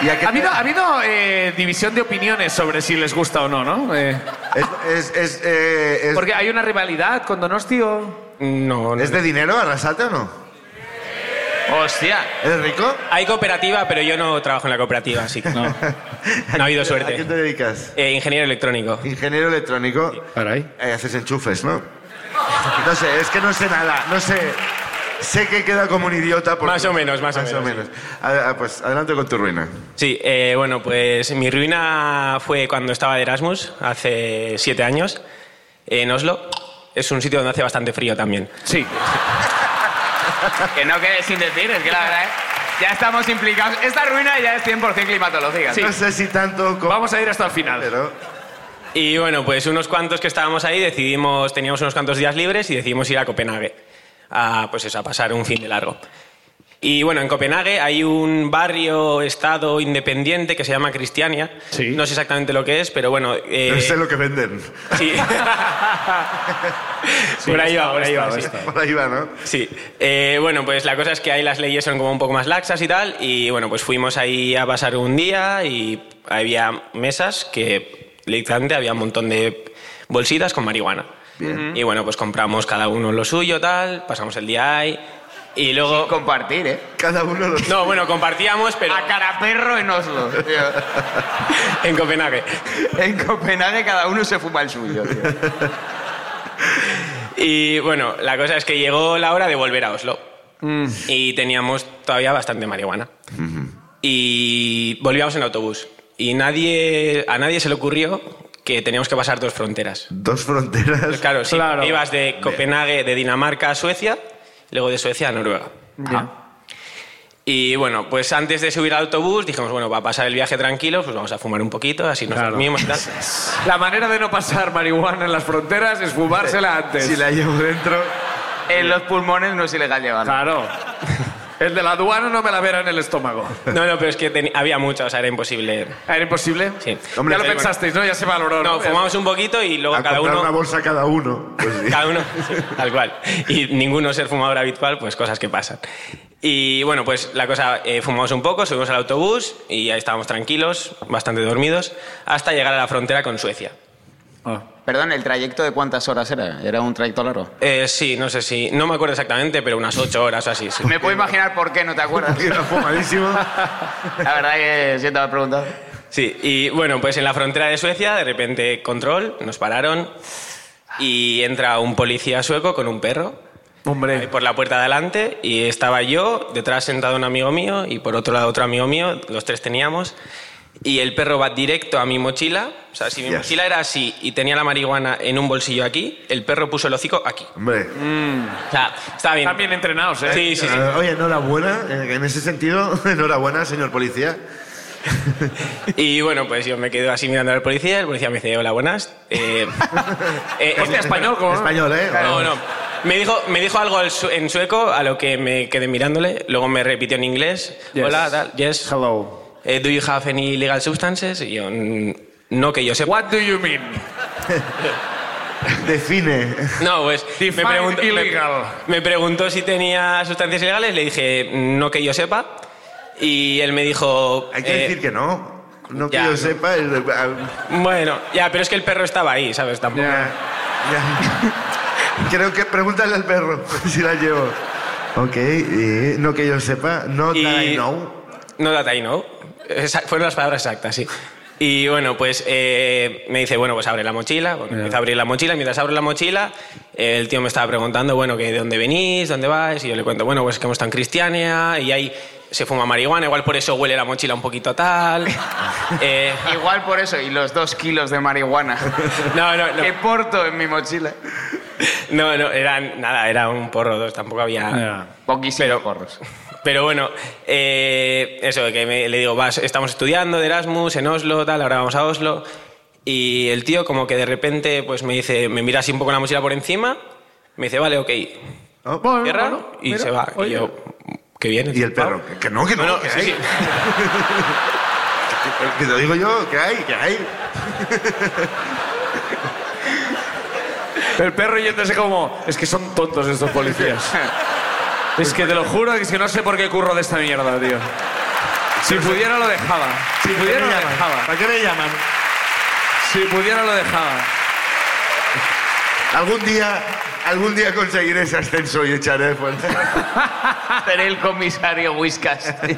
Speaker 1: ¿Y a qué
Speaker 2: Ha habido,
Speaker 1: te-
Speaker 2: ha habido, eh, división de opiniones sobre si les gusta o no, ¿no? Eh,
Speaker 1: Es, es, es, eh, es-
Speaker 2: porque hay una rivalidad con Donosti o...
Speaker 7: No, no.
Speaker 1: ¿es de dinero arrasate o no?
Speaker 3: Hostia.
Speaker 1: ¿Eres rico?
Speaker 7: Hay cooperativa, pero yo no trabajo en la cooperativa, así que no. No ha habido
Speaker 1: ¿A qué
Speaker 7: suerte.
Speaker 1: te dedicas?
Speaker 7: Eh, ingeniero electrónico.
Speaker 1: Ingeniero electrónico.
Speaker 2: Caray.
Speaker 1: Eh, haces enchufes, ¿no? No sé, es que no sé nada. No sé. Sé que queda como un idiota. porque-
Speaker 7: Más o menos, más o menos,
Speaker 1: Ah, ah, pues adelante con tu ruina.
Speaker 7: Sí, eh, bueno, pues mi ruina fue cuando estaba de Erasmus, hace siete años, en Oslo. Es un sitio donde hace bastante frío también.
Speaker 2: Sí.
Speaker 3: Que no quede sin decir, es que la verdad, ¿eh? ya estamos implicados. Esta ruina ya es 100% climatológica.
Speaker 1: No sé si tanto como.
Speaker 2: Vamos a ir hasta el final.
Speaker 1: Pero.
Speaker 7: Y bueno, pues unos cuantos que estábamos ahí decidimos, teníamos unos cuantos días libres y decidimos ir a Copenhague, a, pues eso, a pasar un fin de largo. Y bueno, en Copenhague hay un barrio, estado independiente que se llama Cristiania.
Speaker 2: Sí.
Speaker 7: No sé exactamente lo que es, pero bueno... eh,
Speaker 1: No sé lo que venden.
Speaker 7: sí. por ahí va, por ahí va. sí.
Speaker 1: Por ahí va, ¿no?
Speaker 7: Sí, Eh, bueno, pues la cosa es que ahí las leyes son como un poco más laxas y tal, y bueno, pues fuimos ahí a pasar un día y había mesas que literalmente había un montón de bolsitas con marihuana. Y bueno, pues compramos cada uno lo suyo, tal, pasamos el día ahí, y luego...
Speaker 3: Compartir, ¿eh?
Speaker 1: Cada uno los.
Speaker 7: No, bueno, compartíamos, pero
Speaker 3: A cara perro en Oslo, tío.
Speaker 7: en Copenhague.
Speaker 3: En Copenhague cada uno se fuma el suyo, tío.
Speaker 7: Y bueno, la cosa es que llegó la hora de volver a Oslo. Y teníamos todavía bastante marihuana. Y volvíamos en autobús. Y nadie, a nadie se le ocurrió que teníamos que pasar dos fronteras.
Speaker 1: Dos fronteras.
Speaker 7: Claro, sí,
Speaker 2: Claro.
Speaker 7: ibas de Copenhague, de Dinamarca a Suecia, luego de Suecia a Noruega.
Speaker 2: Ah.
Speaker 7: Y bueno, pues antes de subir al autobús dijimos, bueno, va a pasar el viaje tranquilo, pues vamos a fumar un poquito, así nos
Speaker 2: Claro.
Speaker 7: dormimos y tal.
Speaker 2: La manera de no pasar marihuana en las fronteras es fumársela antes.
Speaker 1: Si la llevo dentro.
Speaker 3: En los pulmones no es ilegal llevarlo.
Speaker 2: Claro. El de la aduana no me la verá en el estómago.
Speaker 7: No, no, pero es que teni- había mucha, o sea, era imposible.
Speaker 2: ¿Era imposible?
Speaker 7: Sí.
Speaker 1: Hombre,
Speaker 2: ya lo
Speaker 1: sí,
Speaker 2: pensasteis, ¿no? Ya se valoró.
Speaker 7: No, fumamos un poquito y luego
Speaker 1: A
Speaker 7: cada
Speaker 1: comprar
Speaker 7: uno...
Speaker 1: una bolsa cada uno. Pues sí.
Speaker 7: Cada uno, tal cual. Y ninguno ser fumador habitual, pues cosas que pasan. Y bueno, pues la cosa, eh, fumamos un poco, subimos al autobús y ahí estábamos tranquilos, bastante dormidos, hasta llegar a la frontera con Suecia.
Speaker 3: Perdón, ¿el trayecto de cuántas horas era? ¿Era un trayecto largo?
Speaker 7: Eh, sí, no sé si, no me acuerdo exactamente, pero unas ocho horas o así. sí.
Speaker 3: Me puedo imaginar por qué no te acuerdas.
Speaker 1: Era fumadísimo.
Speaker 3: La verdad que siento haber preguntado.
Speaker 7: Sí, y bueno, pues en la frontera de Suecia, de repente control, nos pararon y entra un policía sueco con un perro. Ahí
Speaker 2: Hombre.
Speaker 7: por la puerta de adelante y estaba yo, detrás sentado un amigo mío y por otro lado otro amigo mío, los tres teníamos. Y el perro va directo a mi mochila. O sea, si mi
Speaker 1: Hostias.
Speaker 7: mochila era así y tenía la marihuana en un bolsillo aquí, el perro puso el hocico aquí.
Speaker 1: Hombre.
Speaker 7: O sea, está bien.
Speaker 2: Están bien entrenados, ¿eh?
Speaker 7: Sí, sí, sí.
Speaker 1: Eh, Oye, enhorabuena. eh, En ese sentido, enhorabuena, señor policía.
Speaker 7: Y bueno, pues yo me quedo así mirando al policía. El policía me dice, hola, buenas. Eh, eh,
Speaker 2: Hostia, español, ¿cómo?
Speaker 1: Español, ¿eh?
Speaker 7: No, no. Me dijo, me dijo algo al su- en sueco, a lo que me quedé mirándole. Luego me repitió en inglés.
Speaker 2: Yes.
Speaker 7: Hola, tal, yes.
Speaker 2: Hello.
Speaker 7: Eh, do you have any illegal substances? Y yo, "Mm, no que yo sepa.
Speaker 2: What do you mean?
Speaker 1: Define.
Speaker 7: No, pues me
Speaker 2: Define
Speaker 7: preguntó, me-
Speaker 2: illegal.
Speaker 7: me preguntó si tenía sustancias ilegales, le dije no que yo sepa y él me dijo
Speaker 1: Hay que
Speaker 7: eh,
Speaker 1: decir que no. No que
Speaker 7: ya,
Speaker 1: yo
Speaker 7: no.
Speaker 1: sepa. el- ah,
Speaker 7: bueno, ya, pero es que el perro estaba ahí, ¿sabes? Tampoco.
Speaker 2: Ya.
Speaker 1: ya. Creo que pregúntale al perro pues, si la llevo. Ok, eh, no que yo sepa. No,
Speaker 7: Y-
Speaker 1: that I know.
Speaker 7: No that I know. Esa- fueron las palabras exactas, sí. Y bueno, pues eh, me dice, bueno, pues abre la mochila. Bueno, empieza a abrir la mochila. Mientras abro la mochila, eh, el tío me estaba preguntando, bueno, que de dónde venís, dónde vais. Y yo le cuento, bueno, pues que hemos estado en Cristiania y ahí se fuma marihuana. Igual por eso huele la mochila un poquito a tal. Eh,
Speaker 3: Igual por eso, y los dos kilos de marihuana.
Speaker 7: no, no, no.
Speaker 3: Que porto en mi mochila.
Speaker 7: No, no, eran, nada, era un porro dos, tampoco había...
Speaker 3: Poquísimos porros.
Speaker 7: Pero bueno, eh, eso, que me- le digo, vas, estamos estudiando de Erasmus en Oslo, tal, ahora vamos a Oslo. Y el tío como que de repente pues me dice, me mira así un poco la mochila por encima, me dice, vale, ok,
Speaker 1: Oh,
Speaker 7: cierra
Speaker 2: bueno,
Speaker 7: y
Speaker 2: mira,
Speaker 7: se va.
Speaker 2: oye.
Speaker 7: y yo, qué bien.
Speaker 1: Y el perro.
Speaker 7: pavo".
Speaker 1: Que, que no, que no.
Speaker 7: Bueno,
Speaker 1: que,
Speaker 7: sí,
Speaker 1: hay,
Speaker 7: sí.
Speaker 1: que- que te lo digo yo, que hay, que hay.
Speaker 2: El perro yéndose como, es que son tontos estos policías. es que te lo juro, que es que no sé por qué curro de esta mierda, tío. Si pudiera lo dejaba. Si pudiera lo dejaba.
Speaker 1: ¿Para qué me llaman?
Speaker 2: Si pudiera lo dejaba.
Speaker 1: Algún día, algún día conseguiré ese ascenso y echaré de fuerza.
Speaker 3: Seré el comisario Whiskas. tío.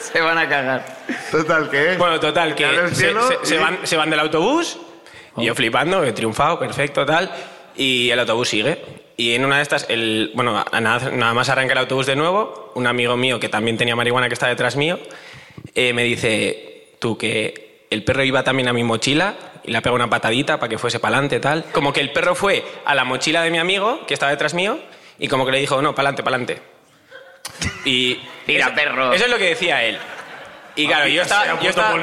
Speaker 3: Se van a cagar.
Speaker 1: Total, ¿qué?
Speaker 7: Bueno, total,
Speaker 1: Claro,
Speaker 7: que
Speaker 1: el
Speaker 7: se,
Speaker 1: cielo
Speaker 7: se- se
Speaker 1: y-
Speaker 7: van, se van del autobús, y
Speaker 3: Oh.
Speaker 7: yo flipando, he triunfado, perfecto, tal, y el autobús sigue. Y en una de estas, el, bueno, a- nada, nada más arranca el autobús de nuevo, un amigo mío que también tenía marihuana que está detrás mío, eh, me dice, tú que el perro iba también a mi mochila y le pega una patadita para que fuese para adelante, tal. Como que el perro fue a la mochila de mi amigo que estaba detrás mío y como que le dijo, no, para adelante, para adelante. Y...
Speaker 3: Tira,
Speaker 7: eso-
Speaker 3: perro. Ah,
Speaker 7: Eso es lo que decía él. Y claro, yo estaba... yo estaba-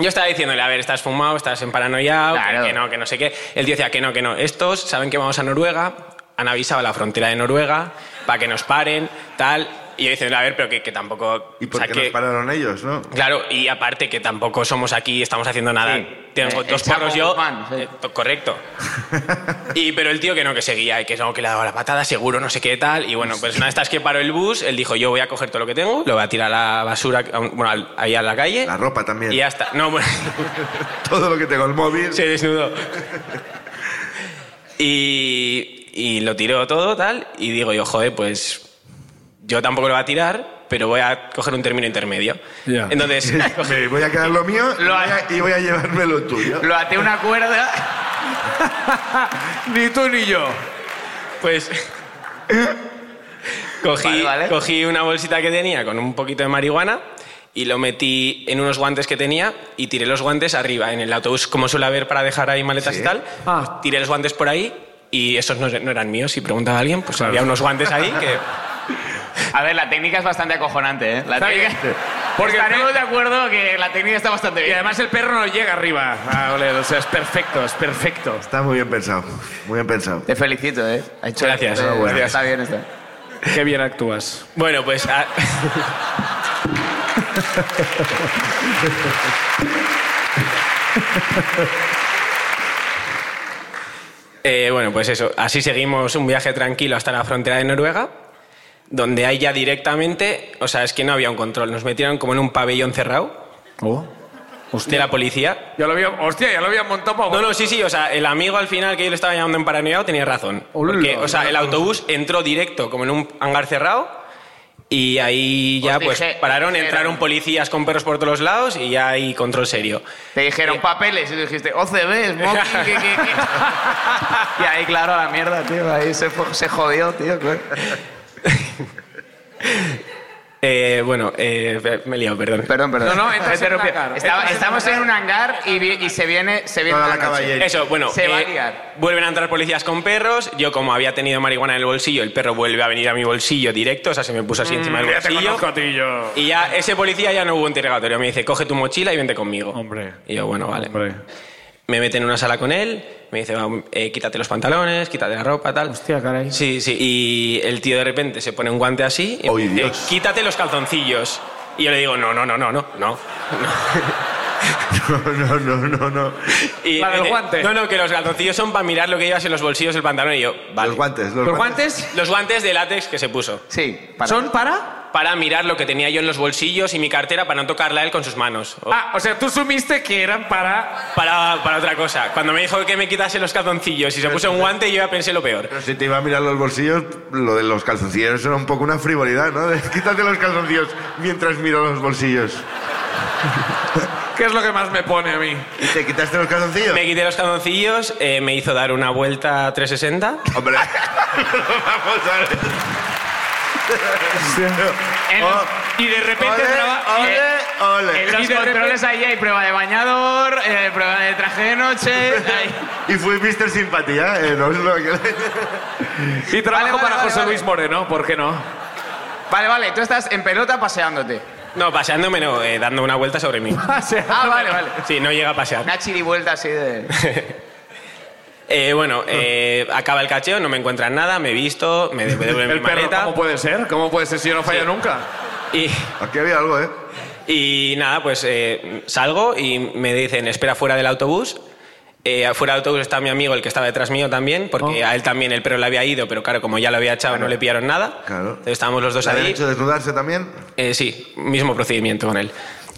Speaker 7: yo estaba diciéndole, a ver, estás fumado, estás en paranoia,
Speaker 3: Claro.
Speaker 7: que, que no, que no sé qué. Él decía que no, que no. Estos saben que vamos a Noruega, han avisado a la frontera de Noruega para que nos paren, tal. Y yo diciendo, a ver, pero que, que tampoco.
Speaker 1: ¿Y por
Speaker 7: o sea,
Speaker 1: qué
Speaker 7: que-
Speaker 1: nos pararon ellos, no?
Speaker 7: Claro, y aparte que tampoco somos aquí, estamos haciendo nada.
Speaker 3: Sí.
Speaker 7: Tengo
Speaker 3: Eh,
Speaker 7: dos
Speaker 3: el Chapo
Speaker 7: porros yo.
Speaker 3: Guzmán, sí.
Speaker 7: eh, to- correcto. y pero el tío que no, que seguía, y que no, que le daba la patada, seguro, no sé qué tal. Y bueno, pues una de estas que paró el bus, él dijo, yo voy a coger todo lo que tengo, lo voy a tirar a la basura, a un- bueno, al- ahí a la calle.
Speaker 1: La ropa también.
Speaker 7: y ya está. No, bueno.
Speaker 1: Todo lo que tengo, el móvil.
Speaker 7: Se desnudó. Y, y lo tiró todo, tal, y digo yo, joder, pues yo tampoco lo voy a tirar, pero voy a coger un término intermedio.
Speaker 2: Ya.
Speaker 7: Entonces,
Speaker 1: Me voy a quedar lo mío y
Speaker 3: Lo
Speaker 1: voy a- y voy a llevarme lo tuyo.
Speaker 3: Lo até una cuerda.
Speaker 2: Ni tú ni yo.
Speaker 7: pues... cogí,
Speaker 3: Vale, vale.
Speaker 7: cogí una bolsita que tenía con un poquito de marihuana y lo metí en unos guantes que tenía y tiré los guantes arriba, en el autobús, como suele haber para dejar ahí maletas y tal.
Speaker 2: Ah.
Speaker 7: Tiré los guantes por ahí y esos no, no eran míos, si preguntaba alguien, pues había unos guantes ahí que...
Speaker 3: A ver, la técnica es bastante acojonante, ¿eh? La
Speaker 2: Está
Speaker 3: técnica...
Speaker 2: bien. Porque el
Speaker 3: estaremos
Speaker 2: pe-
Speaker 3: de acuerdo que la técnica está bastante
Speaker 2: Y
Speaker 3: bien.
Speaker 2: además el perro no llega arriba a oler, o sea, es perfecto, es perfecto.
Speaker 1: Está muy bien pensado, muy bien pensado.
Speaker 3: Te felicito, ¿eh? Ha hecho-
Speaker 7: Gracias.
Speaker 3: Eh,
Speaker 7: Enhorabuena.
Speaker 3: Está bien esto.
Speaker 2: Qué bien actúas.
Speaker 7: Bueno, pues... a- Eh, bueno, pues eso. Así seguimos un viaje tranquilo hasta la frontera de Noruega, donde ahí ya directamente, o sea, es que no había un control. Nos metieron como en un pabellón cerrado de la policía.
Speaker 2: Ya lo había, hostia, ya lo habían montado para...
Speaker 7: No, no, sí, sí, o sea, el amigo al final que yo le estaba llamando en paranoiado tenía razón.
Speaker 2: Hola.
Speaker 7: Porque, o sea, el autobús entró directo como en un hangar cerrado y ahí ya
Speaker 3: Os
Speaker 7: pues
Speaker 3: dije-
Speaker 7: pararon,
Speaker 3: dijeron.
Speaker 7: entraron policías con perros por todos lados y ya hay control serio.
Speaker 3: Te dijeron papeles y tú dijiste, OCB, smoking, ¿qué, qué, qué? Y ahí, claro, a la mierda, tío. Ahí se, fo- se jodió, tío. claro.
Speaker 7: Eh, bueno, eh, me he liado, perdón.
Speaker 3: Perdón, perdón.
Speaker 2: No, no, entras
Speaker 3: Te
Speaker 2: en un
Speaker 3: interrumpí.
Speaker 2: hangar.
Speaker 3: Estaba-
Speaker 2: Entras en
Speaker 3: estamos
Speaker 2: un
Speaker 3: en
Speaker 2: hangar.
Speaker 3: un hangar y, vi- y se viene, se viene
Speaker 1: Toda la
Speaker 3: la noche.
Speaker 1: caballería.
Speaker 7: Eso, bueno, eh,
Speaker 3: Se va a liar.
Speaker 7: vuelven a entrar policías con perros. Yo, como había tenido marihuana en el bolsillo, el perro vuelve a venir a mi bolsillo directo, o sea, se me puso así encima del
Speaker 2: Mm. Ya te
Speaker 7: bolsillo.
Speaker 2: conozco a ti yo.
Speaker 7: Y ya ese policía ya no hubo interrogatorio. Me dice, coge tu mochila y vente conmigo.
Speaker 2: Hombre.
Speaker 7: Y yo, bueno, vale. me meten en una sala con él, me dice, "Va, eh, quítate los pantalones, quítate la ropa, tal.
Speaker 2: Hostia, caray.
Speaker 7: Sí, sí, y el tío de repente se pone un guante así y
Speaker 1: ¡Ay,
Speaker 7: me dice,
Speaker 1: Dios!
Speaker 7: quítate los calzoncillos. Y yo le digo, no, no, no, no, no, no.
Speaker 1: No, no, no, no, no.
Speaker 7: Y
Speaker 2: La del
Speaker 7: me dice,
Speaker 2: guante.
Speaker 7: No, no, que los calzoncillos son para mirar lo que llevas en los bolsillos del pantalón y yo, vale.
Speaker 1: Los guantes, los,
Speaker 2: ¿Los guantes?
Speaker 7: Los guantes de látex que se puso.
Speaker 3: Sí, para-
Speaker 2: ¿Son para?
Speaker 7: Para mirar lo que tenía yo en los bolsillos y mi cartera para no tocarla él con sus manos.
Speaker 3: Oh.
Speaker 7: O-
Speaker 2: Ah, o sea, tú sumiste que eran para...
Speaker 7: Para, para otra cosa. Cuando me dijo que me quitase los calzoncillos y se puso un guante, yo ya pensé lo peor.
Speaker 1: Pero si te iba a mirar los bolsillos, lo de los calzoncillos era un poco una frivolidad, ¿no? De, quítate los calzoncillos mientras miro los bolsillos.
Speaker 2: ¿Qué es lo que más me pone a mí?
Speaker 1: ¿Y te quitaste los calzoncillos?
Speaker 7: Me quité los calzoncillos, eh, me hizo dar una vuelta 360.
Speaker 1: Hombre, vamos a ver.
Speaker 3: En-
Speaker 1: Oh,
Speaker 2: Y de repente...
Speaker 1: ole,
Speaker 2: traba-
Speaker 1: ole, ole.
Speaker 3: En los
Speaker 2: Y de
Speaker 3: controles
Speaker 2: repente-
Speaker 3: ahí hay prueba de bañador, eh, prueba de traje de noche. ahí.
Speaker 1: Y fui Mr. Simpatía, eh, no es lo que...
Speaker 2: Y trabajo
Speaker 3: Vale, vale,
Speaker 2: para
Speaker 3: vale,
Speaker 2: José
Speaker 3: vale.
Speaker 2: Luis Moreno, ¿por qué no?
Speaker 3: Vale, vale, tú estás en pelota paseándote.
Speaker 7: No, paseándome no, eh, dando una vuelta sobre mí.
Speaker 3: Ah, vale, vale.
Speaker 7: Sí, no llega a pasear.
Speaker 3: Una chirivuelta así de.
Speaker 7: Eh, bueno, eh, acaba el cacheo, no me encuentran nada, me he visto, me devuelven mi
Speaker 2: El perro,
Speaker 7: maleta.
Speaker 2: ¿cómo puede ser? ¿Cómo puede ser si yo no fallo
Speaker 7: Sí.
Speaker 2: nunca?
Speaker 7: Y,
Speaker 1: Aquí había algo, ¿eh?
Speaker 7: y nada, pues eh, salgo y me dicen, espera fuera del autobús. Eh, afuera del autobús está mi amigo, el que estaba detrás mío también,
Speaker 1: Oh.
Speaker 7: porque a él también el perro le había ido, pero claro, como ya lo había echado, no le pillaron nada.
Speaker 1: Claro.
Speaker 7: Entonces estábamos los dos
Speaker 1: ¿Le habían
Speaker 7: Pues ahí.
Speaker 1: hecho desnudarse también?
Speaker 7: Eh, sí, mismo procedimiento con él.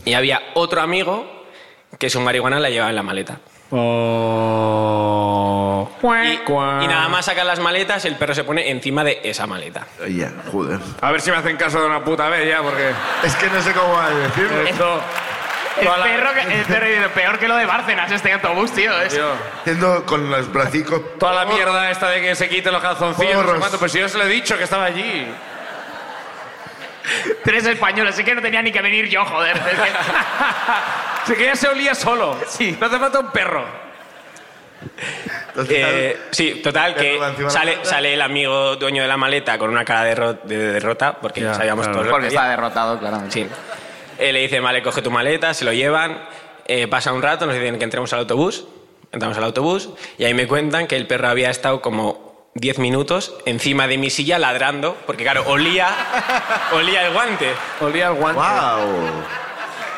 Speaker 7: Y había otro amigo que su marihuana la llevaba en la maleta.
Speaker 2: Oh.
Speaker 7: Y, y nada más sacar las maletas, el perro se pone encima de esa maleta.
Speaker 1: Oye, joder.
Speaker 2: A ver si me hacen caso de una puta vez ya, porque.
Speaker 1: Es que no sé cómo va a decirlo.
Speaker 2: Esto.
Speaker 3: El
Speaker 2: Toda la-
Speaker 3: perro, que, el perro dice, peor que lo de Bárcenas, este autobús, tío. es-
Speaker 2: Tío,
Speaker 1: Haciendo con los bracicos...
Speaker 2: toda la mierda esta de que se quiten los calzoncillos, no sé
Speaker 1: Porros.
Speaker 2: cuánto, pero si yo se lo he dicho que estaba allí.
Speaker 3: Tres españoles, así que no tenía ni que venir yo, joder. Es que-
Speaker 2: Si que ya se olía solo.
Speaker 3: Sí.
Speaker 2: No hace falta un perro.
Speaker 1: Entonces,
Speaker 7: Eh, sí, total,
Speaker 1: Perro
Speaker 7: que
Speaker 1: va encima de la
Speaker 7: sale,
Speaker 1: maleta.
Speaker 7: sale el amigo dueño de la maleta con una cara de, derro- de derrota, porque
Speaker 2: Ya,
Speaker 7: ya sabíamos
Speaker 2: claro.
Speaker 7: todos lo que
Speaker 3: Porque
Speaker 7: había.
Speaker 3: está derrotado, claramente.
Speaker 7: Sí. Eh, le dicen, vale, coge tu maleta, se lo llevan. eh, pasa un rato, nos dicen que entremos al autobús. Entramos al autobús y ahí me cuentan que el perro había estado como 10 minutos encima de mi silla ladrando, porque claro, olía, olía el guante.
Speaker 2: Olía el guante.
Speaker 1: ¡Wow!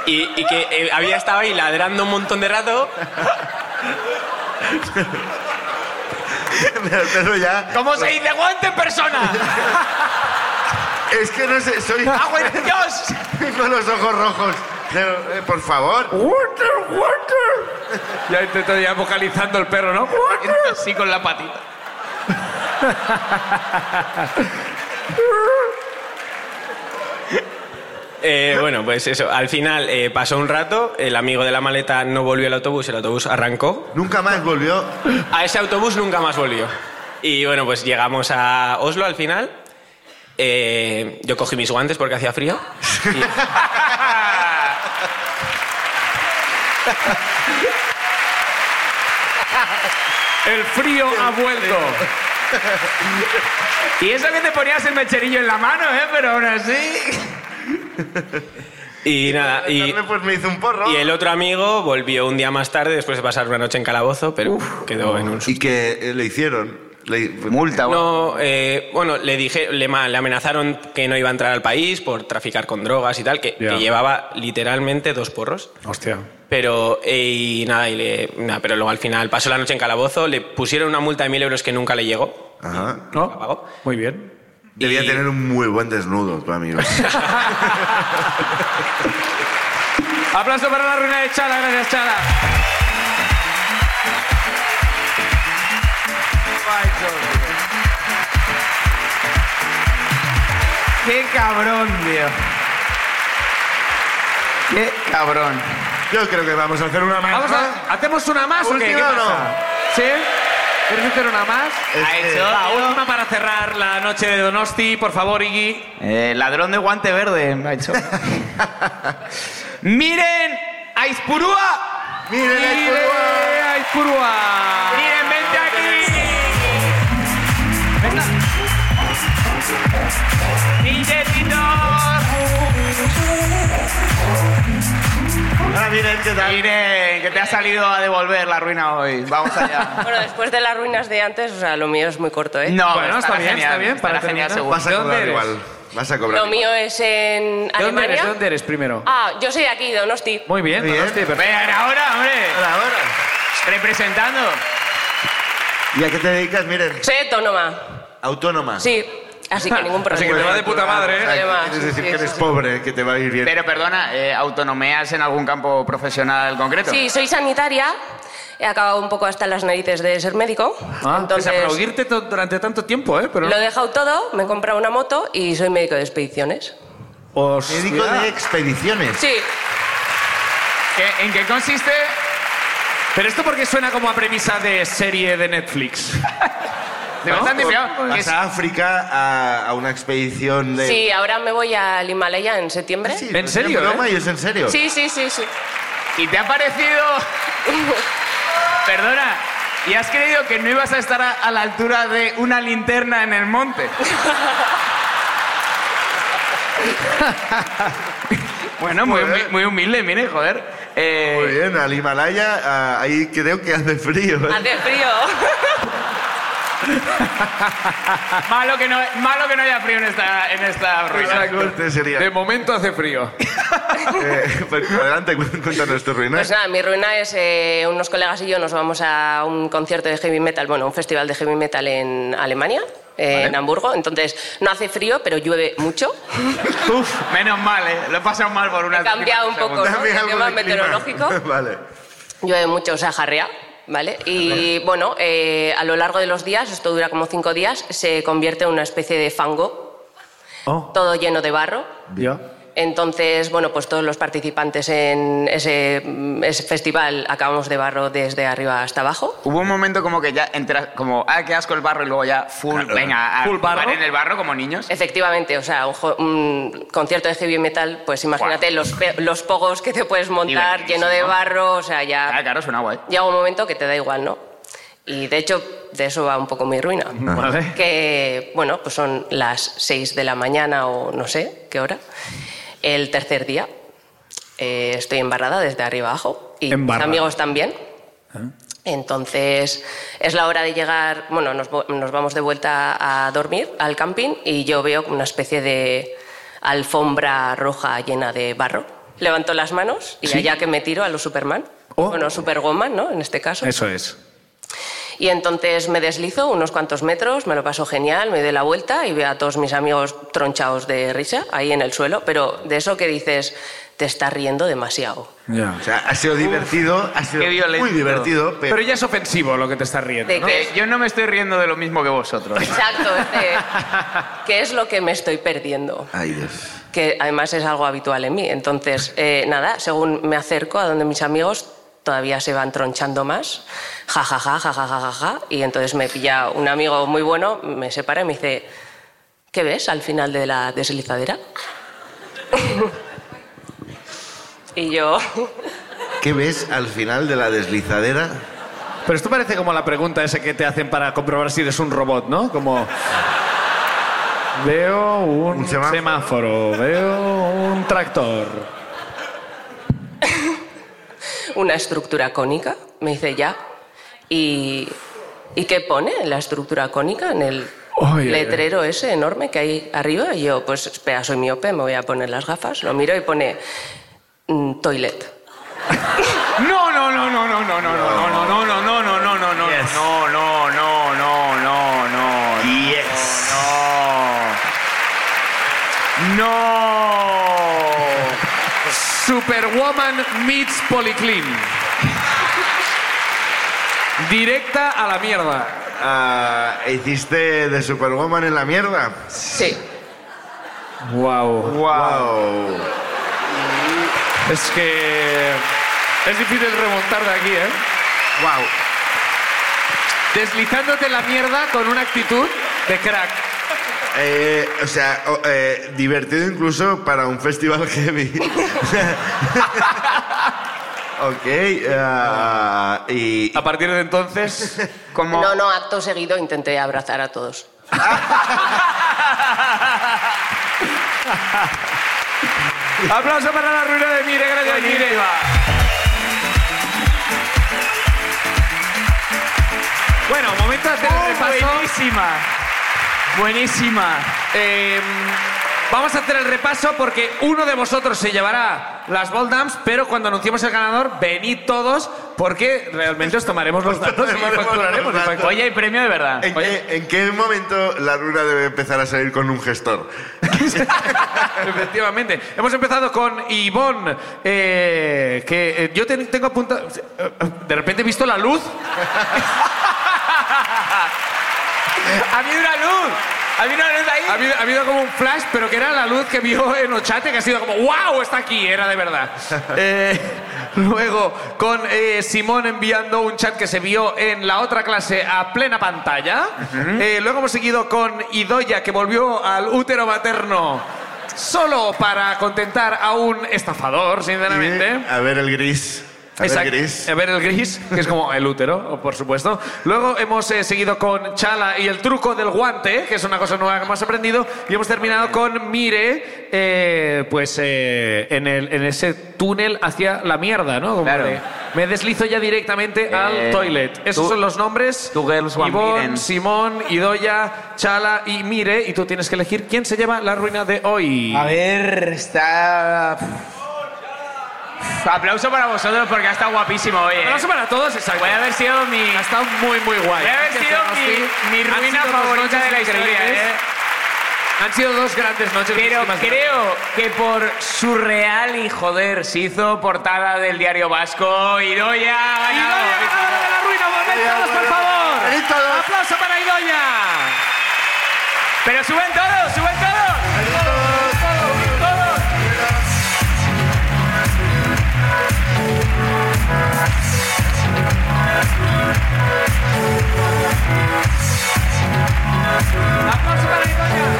Speaker 7: Y, y que eh, había estado ahí ladrando un montón de rato.
Speaker 1: Pero, pero ya...
Speaker 3: ¿Cómo se dice guante en persona?
Speaker 1: Es que no sé, soy...
Speaker 3: ¡Agua de Dios!
Speaker 1: con los ojos rojos. Pero, eh, por favor.
Speaker 2: ¡Water, water! Ya intento ya vocalizando el perro, ¿no? ¡Water!
Speaker 3: Así con la patita.
Speaker 7: Eh, bueno, pues eso, al final eh, pasó un rato, el amigo de la maleta no volvió al autobús, el autobús arrancó.
Speaker 1: Nunca más volvió.
Speaker 7: A ese autobús nunca más volvió. Y bueno, pues llegamos a Oslo al final. Eh, yo cogí mis guantes porque hacía frío.
Speaker 2: El frío ha vuelto.
Speaker 3: Y eso que te ponías el mecherillo en la mano, ¿eh? Pero aún así...
Speaker 7: Y nada, y,
Speaker 1: Carmen, pues me hizo un porro.
Speaker 7: y el otro amigo volvió un día más tarde después de pasar una noche en calabozo, pero quedó en un...
Speaker 1: Y que eh, le hicieron. Le-
Speaker 3: Multa,
Speaker 7: No, eh, bueno, le dije, le, ma- le amenazaron que no iba a entrar al país por traficar con drogas y tal, que, que
Speaker 2: Ya.
Speaker 7: llevaba literalmente dos porros.
Speaker 2: Hostia.
Speaker 7: Pero, eh, y nada, y le- nada, pero luego al final pasó la noche en calabozo, le pusieron una multa de mil euros que nunca le llegó.
Speaker 1: Ajá.
Speaker 7: La
Speaker 2: ¿No?
Speaker 7: pagó.
Speaker 2: Muy bien.
Speaker 1: Debía
Speaker 7: Y-
Speaker 1: tener un muy buen desnudo, tu amigo.
Speaker 2: Aplauso para la ruina de Chala, gracias Chala.
Speaker 3: ¡Qué cabrón, tío! ¡Qué cabrón!
Speaker 1: Yo creo que vamos a hacer una más.
Speaker 2: Vamos a, ¿Hacemos una más o qué? ¿Qué
Speaker 1: ¿Última o no?
Speaker 2: pasa? ¿Sí? ¿Quieres hacer una más?
Speaker 1: Es
Speaker 3: Ha
Speaker 1: que-
Speaker 3: hecho-
Speaker 2: La última para cerrar la noche de Donosti, por favor, Iggy.
Speaker 3: Eh, ladrón de guante verde, me ha hecho. ¡Miren! ¡Aizpurúa!
Speaker 1: Miren ahí, por favor.
Speaker 2: Aizpurúa!
Speaker 3: ¡Miren, vente aquí! ¡Billetitos!
Speaker 1: Ah, miren, ¿qué tal?
Speaker 3: Irene, que te ha salido a devolver la ruina hoy. Vamos allá.
Speaker 4: Bueno, después de las ruinas de antes, o sea, lo mío es muy corto, ¿eh?
Speaker 3: No,
Speaker 2: Bueno, está
Speaker 3: estará
Speaker 2: bien,
Speaker 3: genial,
Speaker 2: está bien, para
Speaker 3: estará genial,
Speaker 2: terminar.
Speaker 3: seguro.
Speaker 1: Vas a
Speaker 2: ¿De dónde
Speaker 1: cobrar
Speaker 2: eres?
Speaker 1: igual. Vas a cobrar
Speaker 4: Lo
Speaker 1: igual.
Speaker 4: mío es en
Speaker 2: ¿De dónde eres?
Speaker 4: Alemania.
Speaker 2: ¿De dónde eres primero?
Speaker 4: Ah, yo soy de aquí, Donosti.
Speaker 2: Muy bien,
Speaker 1: Muy bien.
Speaker 2: Donosti, perfecto.
Speaker 3: Ven ahora, hombre.
Speaker 1: Ahora.
Speaker 3: Representando.
Speaker 1: ¿Y a qué te dedicas? Miren,
Speaker 4: Soy autónoma,
Speaker 1: autónoma.
Speaker 4: sí. Así que ningún problema.
Speaker 2: Así que te va de puta madre, ¿eh?
Speaker 1: O sea, que
Speaker 4: Además,
Speaker 1: Ah, quieres decir
Speaker 4: sí,
Speaker 1: que
Speaker 4: sí,
Speaker 1: eres
Speaker 4: sí.
Speaker 1: pobre, que te va a ir bien.
Speaker 3: Pero perdona, eh, ¿autonomías en algún campo profesional concreto?
Speaker 4: Sí, soy sanitaria. He acabado un poco hasta las narices de ser médico.
Speaker 2: Ah,
Speaker 4: entonces,
Speaker 2: desaplaudirte to- durante tanto tiempo, ¿eh? Pero...
Speaker 4: lo he dejado todo, me he comprado una moto y soy médico de expediciones.
Speaker 2: Hostia.
Speaker 1: Médico de expediciones.
Speaker 4: Sí,
Speaker 3: ¿Qué- ¿En qué consiste?
Speaker 2: Pero esto porque suena como a premisa de serie de Netflix.
Speaker 3: De bastante fiado, que
Speaker 1: Vas
Speaker 3: es-
Speaker 1: a África a, a una expedición de.
Speaker 4: sí, ahora me voy al Himalaya en septiembre.
Speaker 1: ¿Ah, Sí,
Speaker 4: Sí,
Speaker 1: no
Speaker 2: ¿En
Speaker 1: es
Speaker 2: serio,
Speaker 1: broma y es en serio.
Speaker 4: sí, sí, sí.
Speaker 3: ¿Y te ha parecido? Perdona. ¿Y has creído que no ibas a estar a, a la altura de una linterna en el monte? bueno, muy,
Speaker 1: Joder.
Speaker 3: humi- muy humilde, mire, joder. Eh,
Speaker 1: Muy bien, al Himalaya, a- ahí creo que hace frío. ¿eh?
Speaker 4: Hace frío.
Speaker 3: malo, que no, malo que no haya frío en esta, en esta ruina.
Speaker 1: La corte sería.
Speaker 2: De momento hace frío.
Speaker 1: Eh, pues, adelante, cu- cuéntanos tu ruina.
Speaker 4: Pues nada, mi ruina es eh, unos colegas y yo nos vamos a un concierto de heavy metal, bueno, un festival de heavy metal en Alemania, eh, en Hamburgo. Entonces, no hace frío, pero llueve mucho.
Speaker 3: Uf, menos mal, ¿eh? Lo he pasado mal por una...
Speaker 4: He cambiado un poco, ¿no?
Speaker 1: Dame
Speaker 4: El
Speaker 1: algo
Speaker 4: tema
Speaker 1: de clima.
Speaker 4: meteorológico.
Speaker 1: vale.
Speaker 4: Llueve mucho, o sea, jarrea, ¿vale? Y bueno, eh, a lo largo de los días, esto dura como cinco días, se convierte en una especie de fango,
Speaker 2: Oh,
Speaker 4: todo lleno de barro.
Speaker 2: yo.
Speaker 4: Entonces, bueno, pues todos los participantes en ese, mm, ese festival acabamos de barro desde arriba hasta abajo.
Speaker 3: Hubo un momento como que ya entra, como, ah, qué asco el barro, y luego ya full, venga, a
Speaker 2: Full barro.
Speaker 3: jugar en el barro como niños.
Speaker 4: Eh, Efectivamente, o sea, un, jo- un concierto de heavy metal, pues imagínate los, pe- los pogos que te puedes montar lleno de
Speaker 3: Divertidísimo.
Speaker 4: barro, o sea,
Speaker 3: Ah,
Speaker 4: ya
Speaker 3: claro, suena guay.
Speaker 4: llega un momento que te da igual, ¿no? Y de hecho, de eso va un poco mi ruina.
Speaker 2: Vale.
Speaker 4: Que, bueno, pues son las 6 de la mañana o no sé qué hora. El tercer día eh, estoy embarrada desde arriba abajo y mis
Speaker 2: Embarrada. Ah.
Speaker 4: amigos también. Entonces es la hora de llegar, bueno, nos, vo- nos vamos de vuelta a dormir al camping y yo veo una especie de alfombra roja llena de barro. Levanto las manos y allá que me tiro a los Superman,
Speaker 2: Oh.
Speaker 4: bueno, Superwoman, ¿no? En este caso.
Speaker 2: Eso es.
Speaker 4: Y entonces me deslizo unos cuantos metros, me lo paso genial, me doy la vuelta y veo a todos mis amigos tronchados de risa ahí en el suelo, pero de eso que dices, te estás riendo demasiado.
Speaker 2: Ya.
Speaker 1: O sea, ha sido divertido, ha sido
Speaker 3: qué violento.
Speaker 1: muy divertido, pero,
Speaker 2: Pero ya es ofensivo lo que te estás riendo.
Speaker 4: De
Speaker 2: ¿no?
Speaker 4: que-
Speaker 3: Eh, yo no me estoy riendo de lo mismo que vosotros.
Speaker 4: Exacto, este, ¿qué es lo que me estoy perdiendo?
Speaker 1: Ay, Dios.
Speaker 4: Que además es algo habitual en mí. Entonces, eh, nada, según me acerco a donde mis amigos todavía se van tronchando más, ja, ja, ja, ja, ja, ja, ja, ja, y entonces me pilla un amigo muy bueno, me separa y me dice, ¿qué ves al final de la deslizadera? y yo,
Speaker 1: ¿Qué ves al final de la deslizadera?
Speaker 2: Pero esto parece como la pregunta esa que te hacen para comprobar si eres un robot, ¿no? Como... Veo un,
Speaker 1: Un semáforo.
Speaker 2: veo un tractor.
Speaker 4: una estructura cónica, me dice ya, y, ¿y qué pone en la estructura cónica en el...
Speaker 2: Oye.
Speaker 4: letrero ese enorme que hay arriba y yo, pues espera, soy miope, me voy a poner las gafas, lo miro y pone mm, toilet.
Speaker 2: No, no, no, no, no, no, no, no, no, no, no, no, no, no, no, no.
Speaker 1: Yes.
Speaker 3: No, no, no, no, no, no.
Speaker 1: Yes.
Speaker 2: No. Superwoman meets Policlean. Directa a la mierda.
Speaker 1: Ah, ¿Hiciste de Superwoman en la mierda?
Speaker 4: Sí.
Speaker 2: Wow.
Speaker 1: Wow.
Speaker 2: Es que es difícil remontar de aquí, ¿eh?
Speaker 1: Wow.
Speaker 2: Deslizándote en la mierda con una actitud de crack.
Speaker 1: Eh, o sea, o- eh, divertido incluso para un festival heavy. ok. ah, y,
Speaker 2: A partir de entonces, como
Speaker 4: No, no, acto seguido intenté abrazar a todos.
Speaker 2: aplauso para la ruina de Mire, gracias Mire. Bueno, momento de hacer el
Speaker 3: Oh,
Speaker 2: repaso.
Speaker 3: buenísima.
Speaker 2: Buenísima. Eh, vamos a hacer el repaso porque uno de vosotros se llevará las Boldams, pero cuando anunciemos el ganador, venid todos porque realmente os tomaremos los datos y
Speaker 1: Tomaremos los
Speaker 2: facturaremos.
Speaker 1: datos.
Speaker 2: Oye,
Speaker 3: Oye, hay premio de verdad.
Speaker 1: ¿En qué, en qué momento la luna debe empezar a salir con un gestor?
Speaker 2: Efectivamente. Hemos empezado con Ivonne, eh, que eh, yo ten- tengo apuntado... De repente he visto la luz.
Speaker 3: ¡Ha habido una luz! ¡Ha habido una luz ahí!
Speaker 2: Ha habido, ha habido como un flash, pero que era la luz que vio en Ochate, que ha sido como, wow, está aquí, era de verdad. Eh, luego, con eh, Simón enviando un chat que se vio en la otra clase a plena pantalla. Eh, luego hemos seguido con Idoya, que volvió al útero materno solo para contentar a un estafador, sinceramente.
Speaker 1: Y, A ver el gris. A
Speaker 2: Exacto. Eh,
Speaker 1: ver el gris.
Speaker 2: A ver el gris, que es como el útero, por supuesto. Luego hemos eh, seguido con Chala y el truco del guante, que es una cosa nueva que hemos aprendido. Y hemos terminado con Mire, eh, pues eh, en, el- en ese túnel hacia la mierda, ¿no? Como
Speaker 3: Claro.
Speaker 2: de, me deslizo ya directamente
Speaker 3: Eh,
Speaker 2: al toilet. Esos
Speaker 3: tú-
Speaker 2: son los nombres.
Speaker 3: tú girls want
Speaker 2: Ivonne,
Speaker 3: Miren.
Speaker 2: Simón, Idoya, Chala y Mire. Y tú tienes que elegir quién se lleva la ruina de hoy.
Speaker 3: A ver, está. Aplauso para vosotros porque ha estado guapísimo hoy. ¿eh?
Speaker 2: Aplauso para todos, exacto.
Speaker 3: Voy a haber sido mi.
Speaker 2: Ha estado muy, muy guay.
Speaker 3: Voy a haber
Speaker 2: Gracias,
Speaker 3: sido
Speaker 2: Donosti.
Speaker 3: mi, mi
Speaker 2: Han sido
Speaker 3: ruina
Speaker 2: dos
Speaker 3: favorita
Speaker 2: noches
Speaker 3: de la historia.
Speaker 2: increíbles.
Speaker 3: ¿eh?
Speaker 2: Han sido dos grandes noches.
Speaker 3: Pero
Speaker 2: muchísimas gracias.
Speaker 3: creo que por surreal y joder se hizo portada del diario vasco. Idoya ha
Speaker 2: ¡Idoya,
Speaker 3: ganado.
Speaker 2: ganadora de la ruina! ¡Volved
Speaker 1: Idoya,
Speaker 2: todos, por
Speaker 1: bueno,
Speaker 2: favor!
Speaker 1: venid todos.
Speaker 2: ¡Aplauso para Idoya!
Speaker 3: Pero suben todos, suben todos.
Speaker 2: ¡Aplauso para Idoya!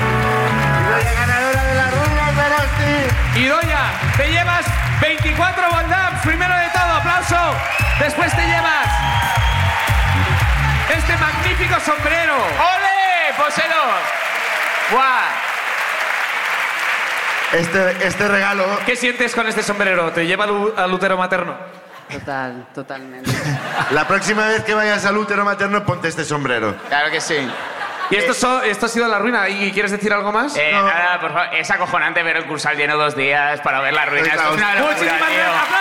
Speaker 1: La ganadora de la ruina, Donosti.
Speaker 2: Idoya, te llevas 24 bondams. Primero de todo, aplauso. Después te llevas este magnífico sombrero.
Speaker 3: ¡Ole! ¡Poselo! ¡Guau!
Speaker 1: Este, este regalo.
Speaker 2: ¿Qué sientes con este sombrero? ¿Te lleva al u- al útero materno?
Speaker 6: Total, totalmente.
Speaker 1: La próxima vez que vayas al útero materno, ponte este sombrero.
Speaker 3: Claro que sí.
Speaker 2: Y esto, so- esto ha sido la ruina. ¿Y quieres decir algo más?
Speaker 7: Eh,
Speaker 3: Eh, Nada, por favor, es acojonante ver el cursal lleno dos días para ver la ruina.
Speaker 1: Claro.
Speaker 3: Es una locura,
Speaker 2: Muchísimas
Speaker 3: tío.
Speaker 2: gracias.